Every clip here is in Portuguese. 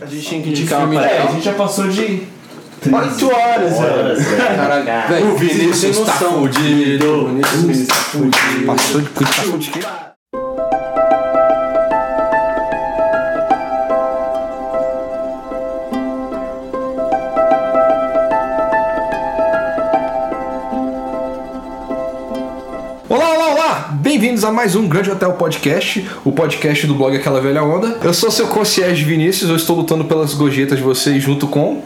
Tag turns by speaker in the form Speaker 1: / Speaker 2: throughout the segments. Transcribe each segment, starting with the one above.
Speaker 1: A gente tinha que indicar uma
Speaker 2: É, a
Speaker 1: parada.
Speaker 2: gente já passou de.
Speaker 1: 8 horas, velho.
Speaker 3: Caralho.
Speaker 1: Véi,
Speaker 3: O Vinícius
Speaker 1: vocês não têm
Speaker 3: tá
Speaker 1: noção.
Speaker 3: fudido. tá
Speaker 1: O Vinícius está fudido.
Speaker 3: Passou de tá puta.
Speaker 4: Olá, olá, olá! Bem-vindos a mais um Grande Hotel Podcast, o podcast do blog Aquela Velha Onda. Eu sou seu concierge Vinícius, eu estou lutando pelas gorjetas de vocês junto com.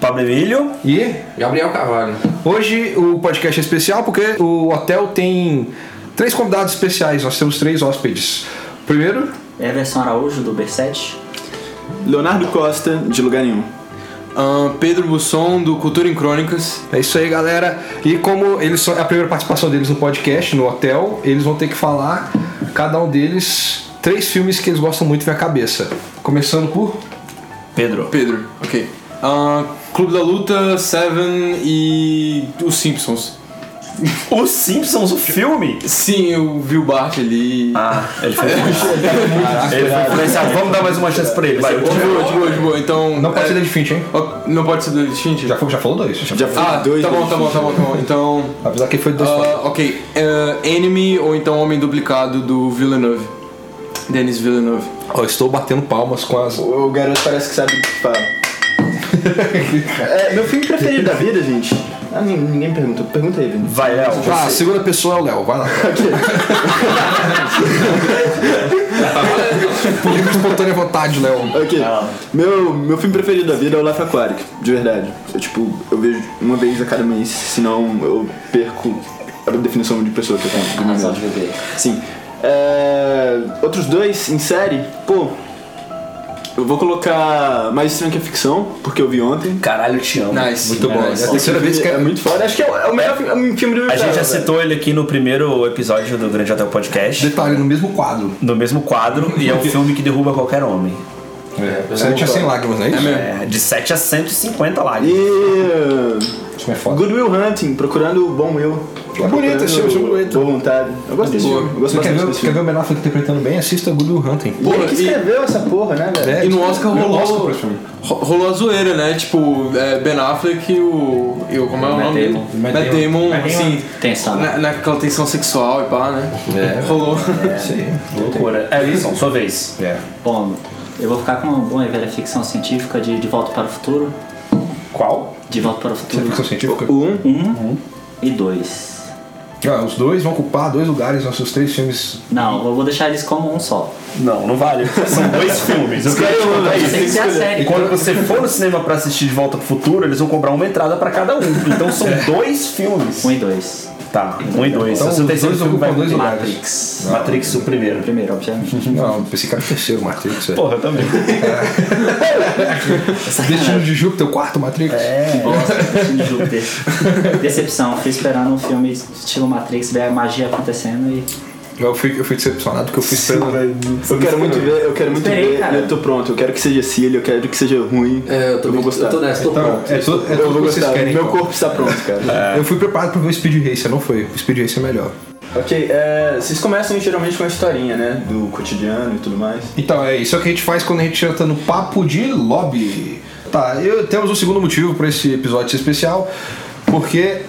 Speaker 2: Pablo Emílio?
Speaker 4: E
Speaker 3: Gabriel Carvalho.
Speaker 4: hoje o podcast é especial porque o hotel tem três convidados especiais, nós temos três hóspedes. Primeiro,
Speaker 5: Everson Araújo, do B7.
Speaker 2: Leonardo Costa, de lugar nenhum.
Speaker 3: Ahn, Ah, Pedro Busson, do Cultura em Crônicas.
Speaker 4: é isso aí, galera. E como eles são, é a primeira participação deles no podcast, no hotel, eles vão ter que falar, cada um deles, três filmes que eles gostam muito na cabeça. Começando por.
Speaker 2: Pedro.
Speaker 3: Pedro, ok. Ahn, Clube da Luta, Seven e Os Simpsons.
Speaker 2: Os Simpsons, o filme?
Speaker 3: Sim, eu vi o Bart ali.
Speaker 2: Ah, ele foi. ele foi influenciado. Tá, Vamos dar mais uma chance pra ele. Vai,
Speaker 3: De boa, de boa, de boa. Então.
Speaker 4: Não pode
Speaker 3: é,
Speaker 4: ser David Finch, hein?
Speaker 3: ó, Não pode ser do Distinct?
Speaker 4: Já, foi- já falou dois. Já
Speaker 3: Ah, tá bom, tá bom, tá bom, tá bom. Então.
Speaker 4: Apesar que foi dois
Speaker 3: ah, ok. Ah, Enemy ou então Homem Duplicado do Villeneuve. Denis Villeneuve.
Speaker 4: Eu estou batendo palmas com as.
Speaker 6: O garoto parece que sabe o que fala. É, meu filme preferido da vida, gente. Ah, nin- ninguém perguntou. Pergunta aí, Vini.
Speaker 2: Vai, Léo.
Speaker 4: Ah, a segunda pessoa é o Léo, vai lá. Por livre e espontânea vontade, Léo.
Speaker 6: Ok. Meu, meu filme preferido da vida é o Life Aquatic, de verdade. Eu, tipo, eu vejo uma vez a cada mês, senão eu perco a definição de pessoa que eu tenho. de
Speaker 3: Ah,
Speaker 6: mim
Speaker 5: Razão de
Speaker 6: mesmo.
Speaker 5: viver.
Speaker 6: Sim. É, outros dois em série, pô. Eu vou colocar mais estranho que a ficção, porque eu vi ontem.
Speaker 2: Caralho, eu te amo.
Speaker 3: Nice. Muito bom.
Speaker 4: É a terceira vez que
Speaker 6: é muito foda. Acho que é o, é o melhor fi- é um filme do meu
Speaker 2: A gente já
Speaker 6: cara, velho.
Speaker 2: citou ele aqui no primeiro episódio do Grande Hotel Podcast,
Speaker 4: Detalhe, no mesmo quadro.
Speaker 2: no mesmo quadro, e é um filme que derruba qualquer homem.
Speaker 4: Você tinha 100 lágrimas, não é isso?
Speaker 2: É, de 7 a 150 lágrimas.
Speaker 6: E. uh,
Speaker 4: Isso é foda.
Speaker 6: Good Will Hunting, procurando o bom eu.
Speaker 4: É bonito esse filme, esse filme é bonito.
Speaker 6: Boa vontade. Eu gosto desse filme. Eu gosto
Speaker 4: Você quer
Speaker 6: bastante
Speaker 4: ver,
Speaker 6: desse
Speaker 4: quer
Speaker 6: filme.
Speaker 4: ver o Ben Affleck interpretando bem? Assista Good Will Hunting.
Speaker 3: Pô,
Speaker 6: Ele que
Speaker 3: e-
Speaker 6: escreveu essa porra, né, velho?
Speaker 4: É,
Speaker 3: E no Oscar
Speaker 4: ganhou
Speaker 3: rolou-
Speaker 4: Oscar pra esse filme.
Speaker 3: Ro- Rolou a zoeira, né? Tipo, é, Ben Affleck e o. E o como é o
Speaker 5: Matt
Speaker 3: nome?
Speaker 5: Damon.
Speaker 3: Matt Damon,
Speaker 5: Matt Damon.
Speaker 3: assim.
Speaker 5: Tensão.
Speaker 3: Na, naquela tensão sexual e pá, né?
Speaker 4: É.
Speaker 3: Rolou.
Speaker 4: Isso aí.
Speaker 2: Loucura. É, Wilson, sua vez.
Speaker 4: É,
Speaker 5: Bom, eu vou ficar com uma boa e velha ficção científica de De Volta para o Futuro.
Speaker 2: Qual?
Speaker 5: De Volta para o
Speaker 4: Isso é
Speaker 5: Futuro
Speaker 4: ficção científica.
Speaker 6: O um.
Speaker 5: e 2.
Speaker 4: Ah, os dois vão ocupar dois lugares nos seus três filmes.
Speaker 5: Não, eu vou deixar eles como um só.
Speaker 2: Não, não vale. São dois filmes. Eu quero te contar
Speaker 5: Tem que
Speaker 2: isso.
Speaker 5: ser a
Speaker 2: E
Speaker 5: série.
Speaker 2: quando você for no cinema pra assistir De Volta pro Futuro, eles vão cobrar uma entrada pra cada um. Então são dois filmes.
Speaker 5: Um e dois.
Speaker 2: Tá, um e dois.
Speaker 4: Então,
Speaker 2: Esse é o terceiro
Speaker 4: os dois
Speaker 2: filme
Speaker 4: ocupam
Speaker 2: vai
Speaker 4: dois
Speaker 2: ter.
Speaker 4: lugares.
Speaker 5: Matrix.
Speaker 2: Matrix, o primeiro.
Speaker 5: Primeiro, obviamente.
Speaker 4: Não, pensei que era o terceiro, Matrix. é.
Speaker 2: Porra, eu também.
Speaker 4: Destino de Júpiter, o quarto Matrix.
Speaker 5: é Bosta, de Júpiter. Decepção, fui esperando um filme estilo Matrix, ver a magia acontecendo e.
Speaker 4: Eu fui, eu fui decepcionado porque eu fui esperando.
Speaker 6: Eu quero muito ver, eu quero muito
Speaker 5: Esperei,
Speaker 6: ver.
Speaker 5: cara.
Speaker 6: Eu tô pronto. Eu quero que seja silly, eu quero que seja ruim.
Speaker 3: É, eu tô,
Speaker 6: vou gostar.
Speaker 3: Eu tô nessa, tô
Speaker 4: Então,
Speaker 3: pronto.
Speaker 4: é tudo, é
Speaker 6: eu
Speaker 4: tudo
Speaker 6: vou
Speaker 4: que vocês
Speaker 6: gostar.
Speaker 4: querem.
Speaker 6: meu
Speaker 4: então.
Speaker 6: corpo está pronto, cara.
Speaker 4: Eu fui preparado pra ver o Speed Racer, não foi. O Speed Racer é melhor.
Speaker 6: ok, é, vocês começam geralmente com uma historinha, né? Do cotidiano e tudo mais.
Speaker 4: Então, é isso é o que a gente faz quando a gente entra no papo de lobby. Tá, eu, temos um segundo motivo pra esse episódio ser especial, porque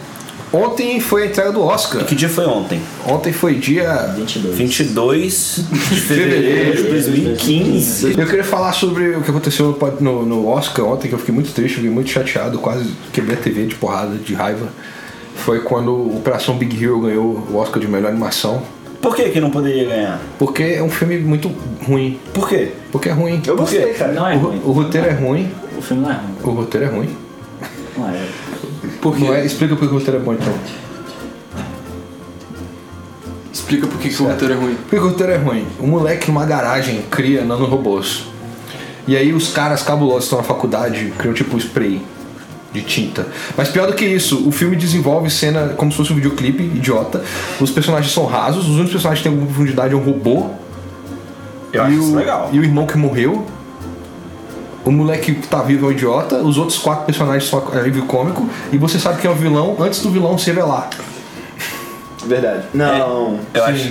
Speaker 4: ontem foi a entrega do Oscar.
Speaker 2: Que dia foi ontem?
Speaker 4: Ontem foi dia.
Speaker 5: 22.
Speaker 2: 22 de fevereiro de 2015.
Speaker 4: Eu queria falar sobre o que aconteceu no pod- no, no Oscar ontem, que eu fiquei muito triste, eu fiquei muito chateado, quase quebrei a TV de porrada, de raiva. Foi quando o Operação Big Hero ganhou o Oscar de melhor animação.
Speaker 2: Por que que não poderia ganhar?
Speaker 4: Porque é um filme muito ruim.
Speaker 2: Por quê?
Speaker 4: Porque é ruim.
Speaker 6: Eu gostei, cara.
Speaker 5: Não é ruim.
Speaker 4: O, o roteiro é ruim.
Speaker 5: O filme não é ruim.
Speaker 4: O roteiro é ruim.
Speaker 5: Não é.
Speaker 3: Por quê?
Speaker 4: Não é, explica porque o roteiro é bom então.
Speaker 3: Explica por que, que o roteiro é ruim.
Speaker 4: Por que o roteiro é ruim? Um moleque numa garagem cria nanorobôs. E aí os caras cabulosos que estão na faculdade criam tipo spray de tinta. Mas pior do que isso, o filme desenvolve cena como se fosse um videoclipe idiota. Os personagens são rasos, os únicos personagens que têm alguma profundidade é um robô.
Speaker 2: Eu acho
Speaker 4: e,
Speaker 2: isso
Speaker 4: o,
Speaker 2: legal.
Speaker 4: e o irmão que morreu. O moleque que tá vivo é um idiota. Os outros quatro personagens só é alívio cômico. E você sabe quem é o vilão antes do vilão se revelar.
Speaker 6: Verdade. Não.
Speaker 2: Eu acho.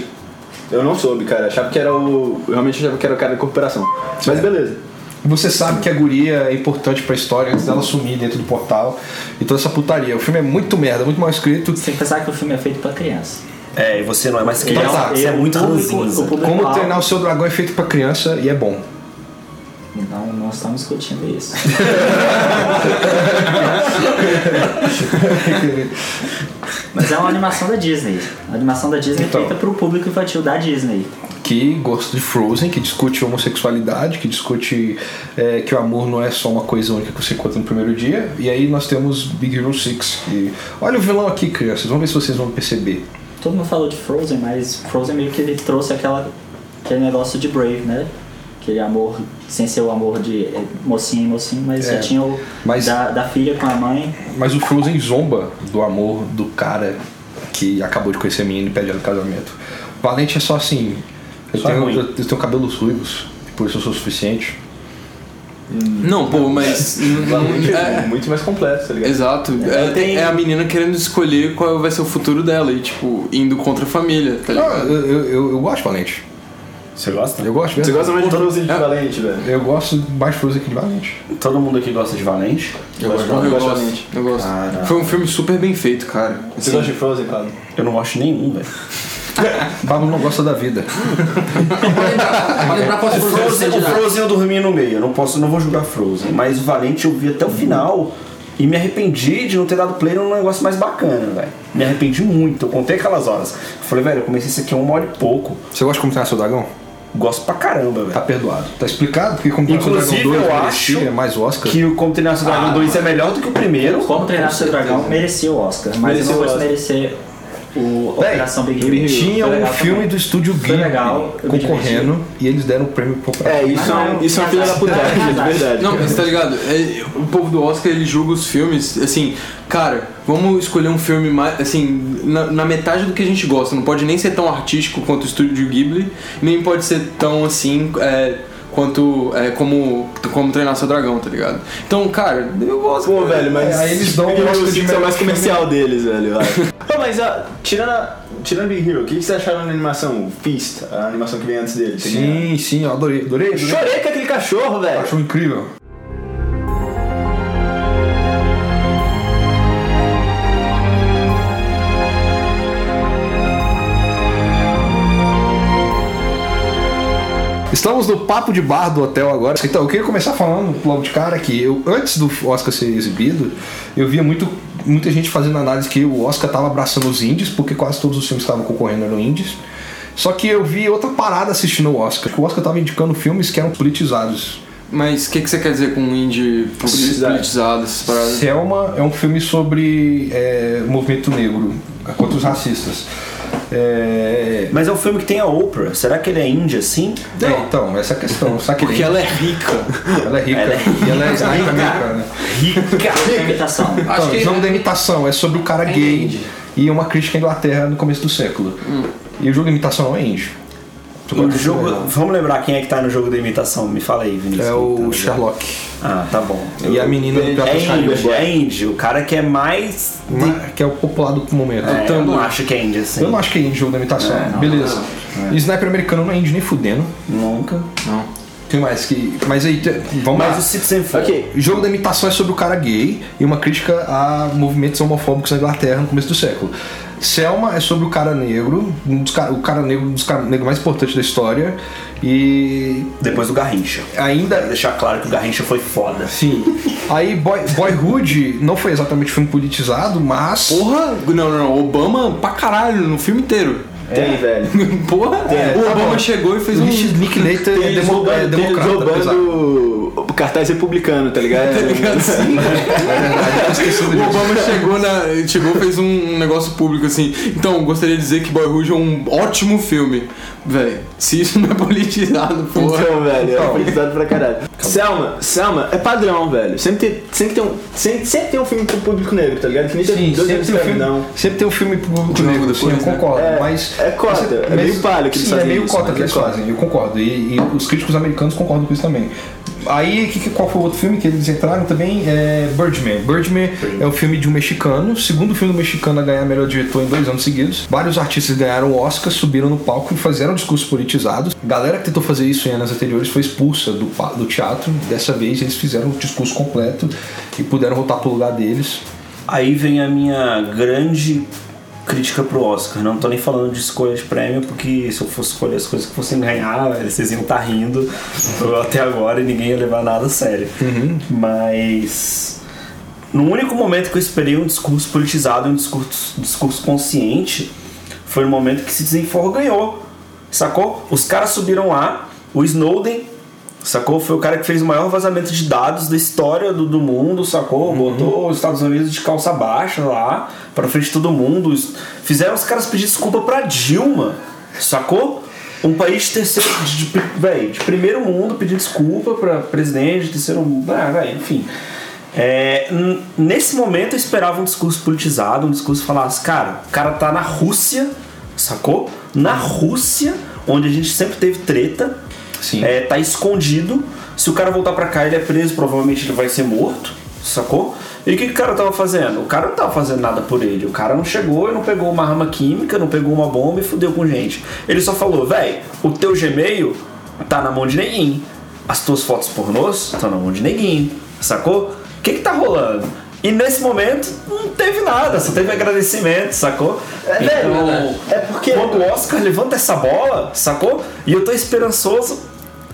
Speaker 6: É. Eu não soube, cara. Achava que era o. Realmente achava que era o cara da corporação. Mas beleza.
Speaker 4: Você sabe que a guria é importante pra história antes dela sumir dentro do portal. E toda essa putaria. O filme é muito merda, muito mal escrito.
Speaker 5: Você tem que pensar que o filme é feito pra criança.
Speaker 7: É, e você não é mais
Speaker 5: Então
Speaker 7: criança,
Speaker 4: tá.
Speaker 7: você é
Speaker 5: o
Speaker 7: muito
Speaker 5: público- o
Speaker 7: ranzinza.
Speaker 5: público
Speaker 4: Como
Speaker 5: alvo-
Speaker 4: treinar o seu dragão é feito pra criança e é bom.
Speaker 5: Não, não Então, estamos discutindo isso. Mas é uma animação da Disney. A animação da Disney
Speaker 4: Então.
Speaker 5: é feita pro público infantil da Disney.
Speaker 4: que gosta de Frozen, que discute homossexualidade, que discute é, que o amor não é só uma coisa única que você encontra no primeiro dia. E aí nós temos Big Hero 6. E olha o vilão aqui, crianças, vamos ver se vocês vão perceber.
Speaker 5: Todo mundo falou de Frozen, mas Frozen meio que ele trouxe aquela, aquele negócio de Brave, né? Aquele amor, sem ser o amor de é, mocinho e mocinho, mas
Speaker 4: É,
Speaker 5: já tinha o
Speaker 4: mas-
Speaker 5: da, da filha com a mãe.
Speaker 4: Mas o Frozen zomba do amor do cara que acabou de conhecer a menina e pede ela em casamento. Valente é só assim. Eu,
Speaker 7: Só é
Speaker 4: tenho,
Speaker 7: ruim.
Speaker 4: eu, eu tenho cabelos ruivos, por isso eu sou suficiente.
Speaker 3: Não, pô, mas.
Speaker 6: Uhum.
Speaker 3: é,
Speaker 6: Muito mais complexo, tá ligado?
Speaker 3: exato. É, é a menina querendo escolher qual vai ser o futuro dela e, tipo, indo contra a família, tá
Speaker 4: Ah,
Speaker 3: ligado?
Speaker 4: eu, eu, eu- eu gosto de Valente.
Speaker 7: Você gosta?
Speaker 4: Eu gosto
Speaker 6: Você
Speaker 4: mesmo.
Speaker 6: gosta mais de É. Frozen de Valente, velho?
Speaker 4: Eu gosto mais de Frozen que de Valente.
Speaker 7: Todo mundo aqui gosta de Valente?
Speaker 3: Eu gosto,
Speaker 6: gosto,
Speaker 3: eu
Speaker 6: gosto
Speaker 3: gosto.
Speaker 6: bastante.
Speaker 3: Eu gosto.
Speaker 7: Caraca.
Speaker 3: Foi um filme super bem feito, cara.
Speaker 6: Você gosta de Frozen, Pablo?
Speaker 7: Eu não gosto de nenhum, velho.
Speaker 4: Pablo não gosta da vida.
Speaker 1: Pra lembrar qual
Speaker 7: O Frozen, o Frozen eu dormi no meio, eu não posso, não vou julgar Frozen, mas o Valente eu vi até o final e me arrependi de não ter dado play num negócio mais bacana, velho. Me arrependi muito, eu contei aquelas horas. Eu falei, velho, eu comecei isso aqui há uma hora e pouco,
Speaker 4: Você gosta de como treinar seu dragão?
Speaker 7: gosto pra caramba,
Speaker 4: Tá
Speaker 7: velho.
Speaker 4: perdoado. Tá explicado porque como treinar seu
Speaker 7: Inclusive
Speaker 4: dragão 2
Speaker 7: eu
Speaker 4: merecia
Speaker 7: acho
Speaker 4: é mais Oscar. Ah.
Speaker 7: que o Como Treinar Seu Dragão 2 é melhor do que o primeiro.
Speaker 5: Como treinar seu dragão merecia o Oscar, mas
Speaker 6: Merecia
Speaker 5: eu não
Speaker 6: o
Speaker 5: vou
Speaker 6: Oscar.
Speaker 5: merecer o
Speaker 4: Véi,
Speaker 5: Operação Big Hero.
Speaker 4: Tinha
Speaker 5: Foi
Speaker 4: um
Speaker 5: legal
Speaker 4: filme
Speaker 5: também.
Speaker 4: do estúdio
Speaker 5: Foi
Speaker 4: Ghibli
Speaker 5: legal, eu me
Speaker 4: concorrendo e eles deram o prêmio pro
Speaker 6: É, isso é, um- isso é um filho da putagem, de verdade.
Speaker 3: Não, mas tá ligado? É, o povo do Oscar ele julga os filmes, assim, cara, vamos escolher um filme mais, assim, na, na metade do que a gente gosta. Não pode nem ser tão artístico quanto o estúdio Ghibli, nem pode ser tão assim. é, Quanto é, como, como treinar seu dragão, tá ligado? Então, cara, eu gosto.
Speaker 6: Pô, velho, mas.
Speaker 4: Aí eles dão
Speaker 6: Big
Speaker 4: um
Speaker 6: Hero
Speaker 4: Oscar de
Speaker 6: 6 é o mais comercial deles, velho, eu acho. Pô, mas ó, tirando, a- tirando Big Hero, o que que vocês acharam da animação? O Feast, a animação que vem antes dele. tá ligado?
Speaker 4: Sim, sim, eu adorei. Adorei.
Speaker 6: Eu
Speaker 4: adorei.
Speaker 6: Chorei com aquele cachorro, velho.
Speaker 4: Acho incrível. Estamos no papo de bar do hotel agora. Então, eu queria começar falando logo de cara que eu, antes do Oscar ser exibido, eu via muito, muita gente fazendo análise que o Oscar estava abraçando os indies, porque quase todos os filmes que estavam concorrendo eram indies. Só que eu vi outra parada assistindo o Oscar. que O Oscar estava indicando filmes que eram politizados.
Speaker 3: Mas o que, que você quer dizer com indie
Speaker 6: Publicidade.
Speaker 3: politizado, essas paradas?
Speaker 4: Selma é um filme sobre é, movimento negro contra os racistas. É...
Speaker 7: Mas é um filme que tem a Oprah. Será que ele é índia, assim?
Speaker 4: é, então, essa é a questão. Sabe que
Speaker 3: Porque ela é rica.
Speaker 4: ela é rica. E ela é rica americana.
Speaker 5: Tem imitação.
Speaker 3: Acho
Speaker 4: Então,
Speaker 3: que-
Speaker 4: não da imitação, é sobre o cara gay e uma crítica à Inglaterra no começo do século. E o jogo de imitação não é índio. Tu
Speaker 7: Hum. O
Speaker 4: gosta de
Speaker 7: jogo.
Speaker 4: jogar?
Speaker 7: Vamos lembrar quem é que tá no jogo da imitação. Me fala aí, Vinícius.
Speaker 4: é
Speaker 7: Então,
Speaker 4: o
Speaker 7: já.
Speaker 4: Sherlock.
Speaker 7: Ah, tá bom.
Speaker 4: E a menina do
Speaker 7: É
Speaker 4: Piratas do Caribe.
Speaker 7: índio, é índio. O cara que é mais.
Speaker 4: Ma- Que é o popular do momento.
Speaker 7: É, eu não acho que é índio assim.
Speaker 4: Eu não acho que é índio jogo da imitação.
Speaker 7: É, não,
Speaker 4: Beleza. E Sniper americano não é índio nem fudendo.
Speaker 7: Nunca.
Speaker 4: Tem mais que. Mas aí, te- vamos
Speaker 7: Mas
Speaker 4: lá.
Speaker 7: o Citizen Four.
Speaker 4: O jogo da imitação é sobre o cara gay e uma crítica a movimentos homofóbicos na Inglaterra no começo do século. Selma é sobre o cara negro, um dos ca- o cara negro, um dos cara negro mais importantes da história e
Speaker 7: Depois do Garrincha. Pra
Speaker 4: ainda
Speaker 7: deixar claro que o Garrincha foi foda.
Speaker 4: sim. Aí Boy, Boyhood não foi exatamente filme politizado, mas
Speaker 3: Porra! Não, não, não. Obama pra caralho no filme inteiro.
Speaker 6: Tem, velho.
Speaker 3: Porra! o Obama
Speaker 4: bom.
Speaker 3: chegou e fez um.
Speaker 4: Richard Linklater é,
Speaker 6: Eles
Speaker 4: demo, é
Speaker 6: roubando, eles
Speaker 4: democrata, apesar.
Speaker 6: roubando o cartaz republicano, tá ligado?
Speaker 3: Assim, o Obama chegou na. Chegou fez um, um negócio público assim. Então, gostaria de dizer que Boyhood é um ótimo filme. Véi, se isso não é politizado, porra.
Speaker 6: Então, velho, é politizado pra caralho. Selma, Selma é padrão, velho. Sempre tem, sempre tem um, sempre, sempre tem um filme pro público negro, tá ligado? Que nem
Speaker 4: Sim,
Speaker 6: tem dois
Speaker 4: sempre
Speaker 6: anos
Speaker 4: tem, um filme,
Speaker 6: não.
Speaker 4: sempre tem um filme pro público
Speaker 3: Jogo
Speaker 4: negro,
Speaker 3: depois,
Speaker 4: sim, eu
Speaker 3: né?
Speaker 4: concordo,
Speaker 6: É,
Speaker 4: mas...
Speaker 6: é cota,
Speaker 4: mas-
Speaker 6: é meio palha que eles
Speaker 4: sim, é
Speaker 6: fazem
Speaker 4: meio
Speaker 6: isso,
Speaker 4: cota
Speaker 6: mas
Speaker 4: que eles
Speaker 6: é cota.
Speaker 4: fazem, eu concordo, e, e os críticos americanos concordam com isso também. Aí, que, que- qual foi o outro filme que eles entraram também? É Birdman. Birdman é o filme de um mexicano, o segundo filme do mexicano a ganhar melhor diretor em dois anos seguidos. Vários artistas ganharam o Oscar, subiram no palco e fizeram discursos politizados. A galera que tentou fazer isso em anos anteriores foi expulsa do, pa- do teatro. Dessa vez, eles fizeram o discurso completo e puderam voltar pro lugar deles.
Speaker 7: Aí vem a minha grande crítica pro Oscar. Não tô nem falando de escolha de prêmio, porque se eu fosse escolher as coisas que fossem ganhar, velho, vocês iam estar rindo até agora e ninguém ia levar nada a sério. Mas. No único momento que eu esperei um discurso politizado, um discurso, discurso consciente, foi no momento que Citizen4 ganhou. Sacou? Os caras subiram lá, o Snowden, sacou? Foi o cara que fez o maior vazamento de dados da história do, do mundo, sacou? Botou os Estados Unidos de calça baixa lá, pra frente de todo mundo. Os- Fizeram os caras pedir desculpa pra Dilma, sacou? Um país de terceiro. De, de- véi, de primeiro mundo pedir desculpa pra presidente de terceiro mundo. Ah, véi, enfim. É, n- nesse momento eu esperava um discurso politizado, um discurso que falasse, cara, o cara tá na Rússia, sacou? Na Rússia, onde a gente sempre teve treta,
Speaker 4: Sim.
Speaker 7: é, tá escondido. Se o cara voltar pra cá, ele é preso, provavelmente ele vai ser morto, sacou? E o que, que o cara tava fazendo? O cara não tava fazendo nada por ele. O cara não chegou e não pegou uma arma química, não pegou uma bomba e fudeu com gente. Ele só falou, véi, o teu Gmail tá na mão de ninguém. As tuas fotos pornôs estão na mão de ninguém, sacou? O que que tá rolando? E nesse momento não teve nada, só teve agradecimento, sacou? É, velho, é porque quando o Oscar levanta essa bola, sacou? E eu tô esperançoso,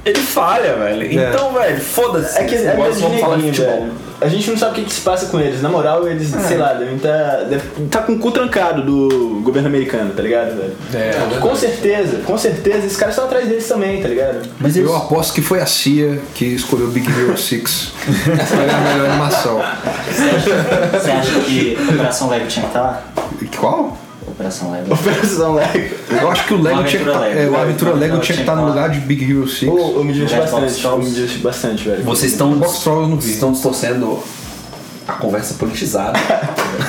Speaker 7: ele falha, velho.
Speaker 4: É.
Speaker 7: Então, velho, foda-se.
Speaker 6: É que é
Speaker 7: Agora
Speaker 6: coisa de
Speaker 7: vamos falar de
Speaker 6: neguinho,
Speaker 7: futebol.
Speaker 6: velho. A gente não sabe o que, que se passa com eles. Na moral, eles,
Speaker 4: É.
Speaker 6: sei lá, devem tá, deve tá com o cu trancado do governo americano, tá ligado, velho? É, com certeza, com certeza, esses caras estão atrás deles também, tá ligado?
Speaker 4: Mas Eu aposto que foi a CIA que escolheu Big Hero 6 para a melhor animação.
Speaker 5: Você acha que Operação Lego tinha que estar lá?
Speaker 4: E Qual?
Speaker 5: Operação Lego.
Speaker 6: Operação Lego.
Speaker 4: Eu acho que o Lego
Speaker 5: Uma
Speaker 4: tinha que
Speaker 5: aventura
Speaker 4: tá,
Speaker 5: Lego.
Speaker 4: é, o
Speaker 5: Uma
Speaker 4: Aventura
Speaker 5: aventura
Speaker 4: Lego
Speaker 5: Lego
Speaker 4: tinha que
Speaker 5: tinha
Speaker 4: estar
Speaker 5: que
Speaker 4: no
Speaker 5: tá lá.
Speaker 4: lugar de Big Hero 6.
Speaker 6: Eu, eu me diverti
Speaker 5: Jack
Speaker 6: bastante, eu
Speaker 5: Foxtrot.
Speaker 6: me diverti bastante, velho.
Speaker 1: Vocês estão,
Speaker 4: Box Troll eu não vi.
Speaker 1: estão distorcendo a conversa politizada.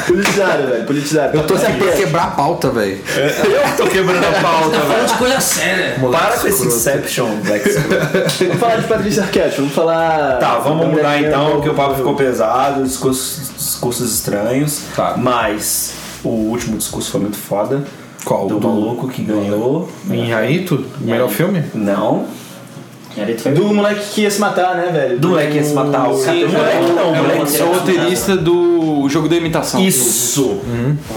Speaker 6: Politizado, velho, politizado.
Speaker 4: Eu tô
Speaker 6: Tá
Speaker 4: aqui pra quebrar a pauta, velho.
Speaker 7: Eu tô quebrando a pauta, velho.
Speaker 1: Tá de coisa séria.
Speaker 7: Para com esse Inception, Black Sabbath.
Speaker 6: Vamos falar de Patrícia Arquette, vamos falar.
Speaker 7: Tá, vamos
Speaker 6: da
Speaker 7: mudar
Speaker 6: mulher
Speaker 7: então, porque o papo
Speaker 6: ficou
Speaker 7: ficou pesado, discursos, discursos estranhos.
Speaker 4: Tá.
Speaker 7: Mas o último discurso foi muito foda.
Speaker 4: Qual?
Speaker 7: Do,
Speaker 4: Do-
Speaker 7: maluco que ganhou.
Speaker 4: Em Raito? Melhor filme?
Speaker 7: Não.
Speaker 5: E ali foi
Speaker 6: Do moleque que ia se matar, né, velho?
Speaker 7: Do moleque que ia se matar. O cara- o moleque não, o moleque
Speaker 3: É o roteirista do jogo da imitação.
Speaker 7: Isso!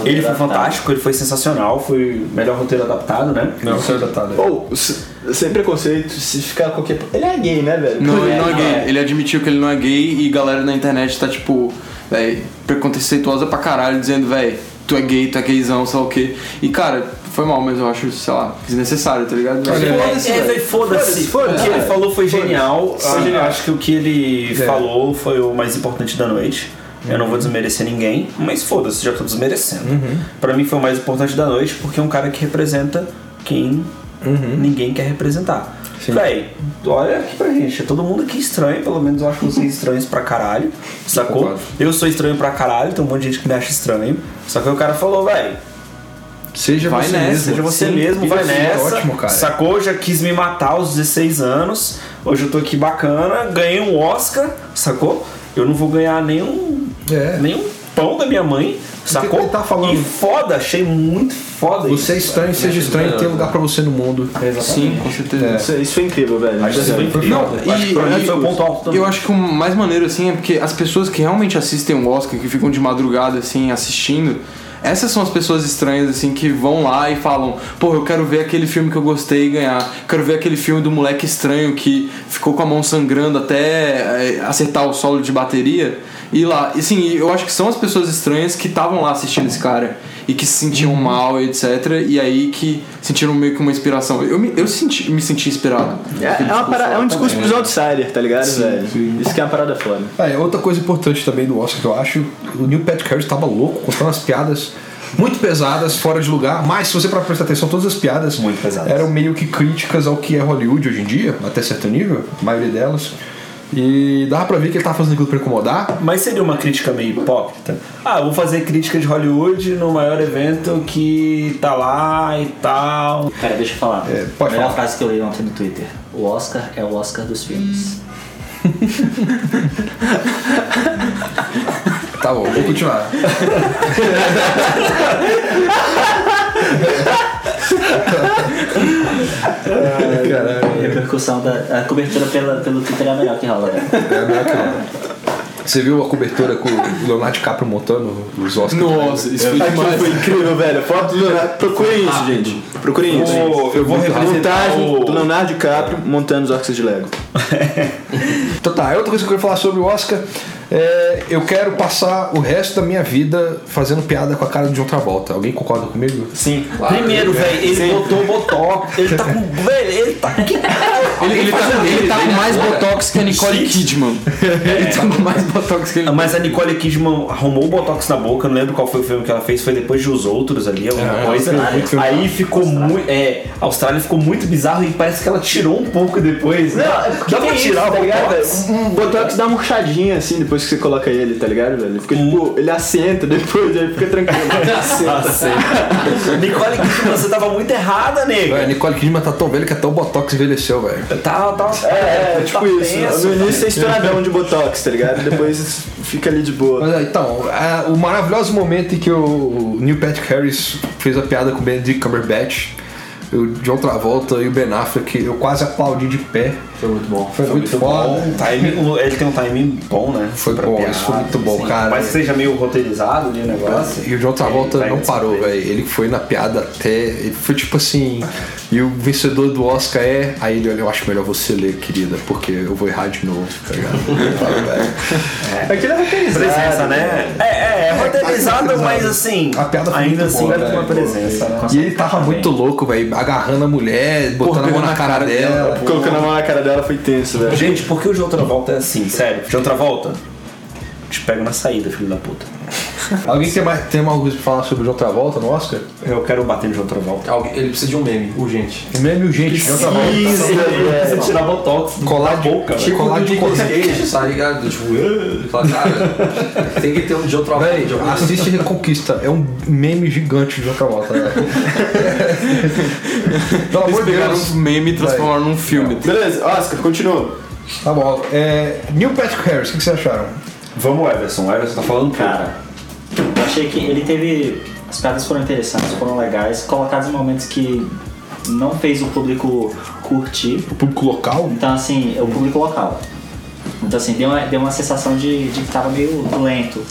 Speaker 7: Ele foi fantástico, ele foi sensacional, foi o melhor roteiro adaptado, né?
Speaker 4: Não, foi adaptado.
Speaker 6: Ou, se- sem preconceito, se ficar qualquer. Ele é gay, né, velho?
Speaker 3: Não, ele não é gay. Ele admitiu que ele não é gay e galera na internet tá tipo, véi, preconceituosa pra caralho, dizendo, véi, tu é gay, tu é gaysão, sei lá o quê. E cara, foi mal, mas eu acho, sei lá, desnecessário, tá ligado?
Speaker 7: Foda-se, é, velho, foda-se. o que ele falou foi genial. É. Eu acho que o que ele falou foi o mais importante da noite. Eu não vou desmerecer ninguém, mas foda-se, já tô desmerecendo. Pra mim foi o mais importante da noite, porque é um cara que representa quem ninguém quer representar. Véi, olha aqui pra gente, é todo mundo aqui estranho, pelo menos eu acho vocês estranhos pra caralho, sacou?
Speaker 4: Concordo.
Speaker 7: Eu sou estranho pra caralho, tem um monte de gente que me acha estranho. Só que aí o cara falou, véi,
Speaker 4: Seja
Speaker 3: Vai
Speaker 4: você
Speaker 3: nessa,
Speaker 4: mesmo.
Speaker 7: Seja você
Speaker 4: Sim,
Speaker 7: mesmo, vai
Speaker 4: isso é
Speaker 7: nessa.
Speaker 4: Ótimo, cara.
Speaker 7: Sacou? Já quis me matar aos 16 anos. Hoje eu tô aqui bacana, ganhei um Oscar, sacou? Eu não vou ganhar nenhum.
Speaker 4: É.
Speaker 7: nenhum um pão da minha mãe, sacou?
Speaker 4: que ele tá falando?
Speaker 7: E foda, achei muito foda isso.
Speaker 4: Você é estranho, seja estranho, tem
Speaker 7: né?
Speaker 4: lugar pra você no mundo.
Speaker 3: Sim, com certeza.
Speaker 4: É.
Speaker 6: Isso, isso foi incrível, velho.
Speaker 7: Acho que isso foi incrível.
Speaker 3: e-
Speaker 7: né? acho que pra mim
Speaker 3: e-
Speaker 7: foi é o ponto alto também.
Speaker 3: Eu acho que o mais maneiro, assim, é porque as pessoas que realmente assistem o Oscar, que ficam de madrugada, assim, assistindo, essas são as pessoas estranhas, assim, que vão lá e falam: Pô, eu quero ver aquele filme que eu gostei e ganhar. Quero ver aquele filme do moleque estranho que ficou com a mão sangrando até é, acertar o solo de bateria. E lá, e sim, eu acho que são as pessoas estranhas que estavam lá assistindo esse cara e que se sentiam mal, etc. E aí que sentiram meio que uma inspiração. Eu me, eu senti, me senti inspirado.
Speaker 6: É, é uma para- é um discurso pros outsiders, tá ligado, velho? Isso que é uma parada foda.
Speaker 4: Ah, é, outra coisa importante também do Oscar que eu acho, o Neil Patrick Harris tava louco, contando as piadas muito pesadas, fora de lugar, mas se você para prestar atenção, todas as piadas
Speaker 7: Muito pesadas.
Speaker 4: eram meio que críticas ao que é Hollywood hoje em dia, até certo nível, a maioria delas. E dava pra ver que ele tava fazendo aquilo pra incomodar.
Speaker 7: Mas seria uma crítica meio hipócrita? Ah, vou fazer crítica de Hollywood no maior evento que tá lá e tal.
Speaker 5: Cara, deixa eu falar.
Speaker 4: É, pode
Speaker 5: a melhor
Speaker 4: falar. Hum.
Speaker 5: frase que eu li ontem no Twitter. O Oscar é o Oscar dos filmes.
Speaker 4: Tá bom, vou continuar.
Speaker 5: A repercussão da. A cobertura pela, pelo Twitter é a melhor que rola, velho.
Speaker 4: É melhor que não. Você viu a cobertura com o Leonardo DiCaprio montando os Oscars?
Speaker 3: Nossa, isso foi demais.
Speaker 6: foi incrível, velho. Foto do Leonardo. Procurem isso, gente. Procurem isso.
Speaker 7: eu Ah, vou representar
Speaker 6: Montagem do
Speaker 7: o...
Speaker 6: Leonardo DiCaprio montando os orcs de Lego.
Speaker 4: Então tá, outra coisa que eu queria falar sobre o Oscar é eu quero passar o resto da minha vida fazendo piada com a cara de John Travolta. Alguém concorda comigo?
Speaker 7: Sim. Primeiro, velho, ele botou botox. Ele tá com... Velho, ele tá...
Speaker 3: Ele, ele tá, com- ele tá com mais botox que a Nicole Kidman. Ele tá com mais botox que a Nicole
Speaker 7: Ah, Mas a Nicole Kidman arrumou o botox na boca, eu não lembro qual foi o filme que ela fez, foi depois de Os Outros ali, alguma
Speaker 4: É,
Speaker 7: coisa. Aí ficou muito. É, a Austrália ficou muito bizarro e parece que ela tirou um pouco depois. Né? Dá
Speaker 6: é
Speaker 7: pra
Speaker 6: tá
Speaker 7: tirar o botox?
Speaker 6: Um botox dá uma murchadinha assim depois que você coloca ele, tá ligado, velho? Ele Fica
Speaker 7: Hum.
Speaker 6: tipo, ele assenta depois, aí fica tranquilo.
Speaker 7: Ah, Nicole Kidman, você tava muito errada, nego.
Speaker 4: Véi, Nicole Kidman tá tão velha que até o Botox envelheceu, velho.
Speaker 7: Tá, tá.
Speaker 6: É, tipo
Speaker 7: tá
Speaker 6: isso.
Speaker 7: tenso,
Speaker 6: no início é estouradão de botox, tá ligado? Depois fica ali de boa.
Speaker 4: Mas é, então, a- o maravilhoso momento em que o Neil Patrick Harris fez a piada com o Benedict Cumberbatch, o John Travolta e o Ben Affleck, eu quase aplaudi de pé.
Speaker 5: Foi muito bom.
Speaker 4: Foi, muito, foda.
Speaker 7: bom. Timing, ele tem um timing bom, né?
Speaker 4: Foi bom, isso foi muito bom, cara.
Speaker 7: Mas seja meio roteirizado ali o negócio.
Speaker 4: E o John Travolta
Speaker 7: Ele
Speaker 4: não
Speaker 7: pega
Speaker 4: parou,
Speaker 7: essa
Speaker 4: velho. Ele foi na piada até. Ele foi tipo assim. E o vencedor do Oscar é. Aí ele olha, eu acho melhor você ler, querida, porque eu vou errar de novo, tá ligado? Eu falo, "Véi,
Speaker 6: Aquilo é roteirizado.
Speaker 7: Presença, né? É, é, é roteirizado, mas assim.
Speaker 4: A piada foi
Speaker 7: ainda
Speaker 4: muito
Speaker 7: assim,
Speaker 4: boa,
Speaker 7: é uma
Speaker 4: velho.
Speaker 7: presença, né?
Speaker 4: E ele tava muito louco, velho, agarrando a mulher, botando a mão na cara dela.
Speaker 6: Colocando a mão na cara dela foi tenso, velho.
Speaker 7: Gente, por que o de outra volta é assim? Sério, de outra volta? Te pego na saída, filho da puta.
Speaker 4: Alguém tem mais, tem mais alguma coisa pra falar sobre o John Travolta no Oscar?
Speaker 7: Eu quero bater no de outra volta.
Speaker 8: Alguém- Ele precisa de um meme, urgente.
Speaker 4: O meme urgente, John
Speaker 7: tá
Speaker 4: Travolta.
Speaker 6: Isso,
Speaker 7: Você tirar botox do
Speaker 4: Colar de boca, colar de
Speaker 8: Nicolas
Speaker 4: colar.
Speaker 8: Cage, tá ligado? Tipo, "Ah", fala, cara, tem que ter um de outro
Speaker 4: Véi,
Speaker 8: de algum-
Speaker 4: assiste Reconquista. É um meme gigante de John Travolta, velho. Pelo amor de
Speaker 3: Pegaram
Speaker 4: Deus.
Speaker 3: um meme e transformaram num filme.
Speaker 6: Beleza, Oscar, continua.
Speaker 4: Tá bom. É, Neil Patrick Harris, o que, que vocês acharam?
Speaker 7: Vamos, Everson. O Everson tá falando cara.
Speaker 5: Eu achei que ele teve. As piadas foram interessantes, foram legais, colocadas em momentos que não fez o público curtir.
Speaker 4: O público local?
Speaker 5: Então, assim, é o público local. Então, assim, deu uma, deu uma sensação de, de que tava meio lento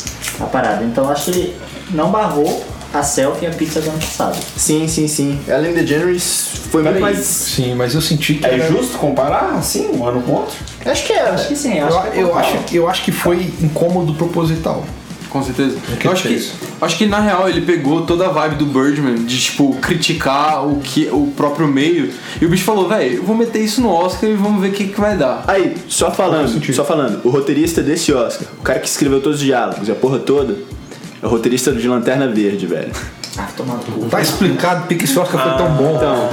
Speaker 5: a parada. Então, eu acho que ele não barrou a selfie e a pizza do ano passado.
Speaker 6: Sim, sim, sim. Ellen DeGeneres foi muito mais.
Speaker 4: Sim, mas eu senti que.
Speaker 7: É
Speaker 4: era-
Speaker 7: justo comparar assim, um ano com outro?
Speaker 6: Acho que era.
Speaker 5: Acho que sim, acho
Speaker 4: Eu,
Speaker 5: que é
Speaker 4: eu acho, eu acho que foi incômodo proposital.
Speaker 3: Com certeza.
Speaker 4: que
Speaker 3: eu acho
Speaker 4: ele
Speaker 3: que, é
Speaker 4: fez?
Speaker 3: acho que na real ele pegou toda a vibe do Birdman de tipo criticar o que o próprio meio. E o bicho falou, velho, eu vou meter isso no Oscar e vamos ver o que, que vai dar.
Speaker 6: Aí, só falando, só falando, o roteirista desse Oscar, o cara que escreveu todos os diálogos e a porra toda, é o roteirista de Lanterna Verde, velho.
Speaker 5: Ah, tomar no cu.
Speaker 4: Tá explicado porque esse Oscar foi tão bom.
Speaker 6: Então,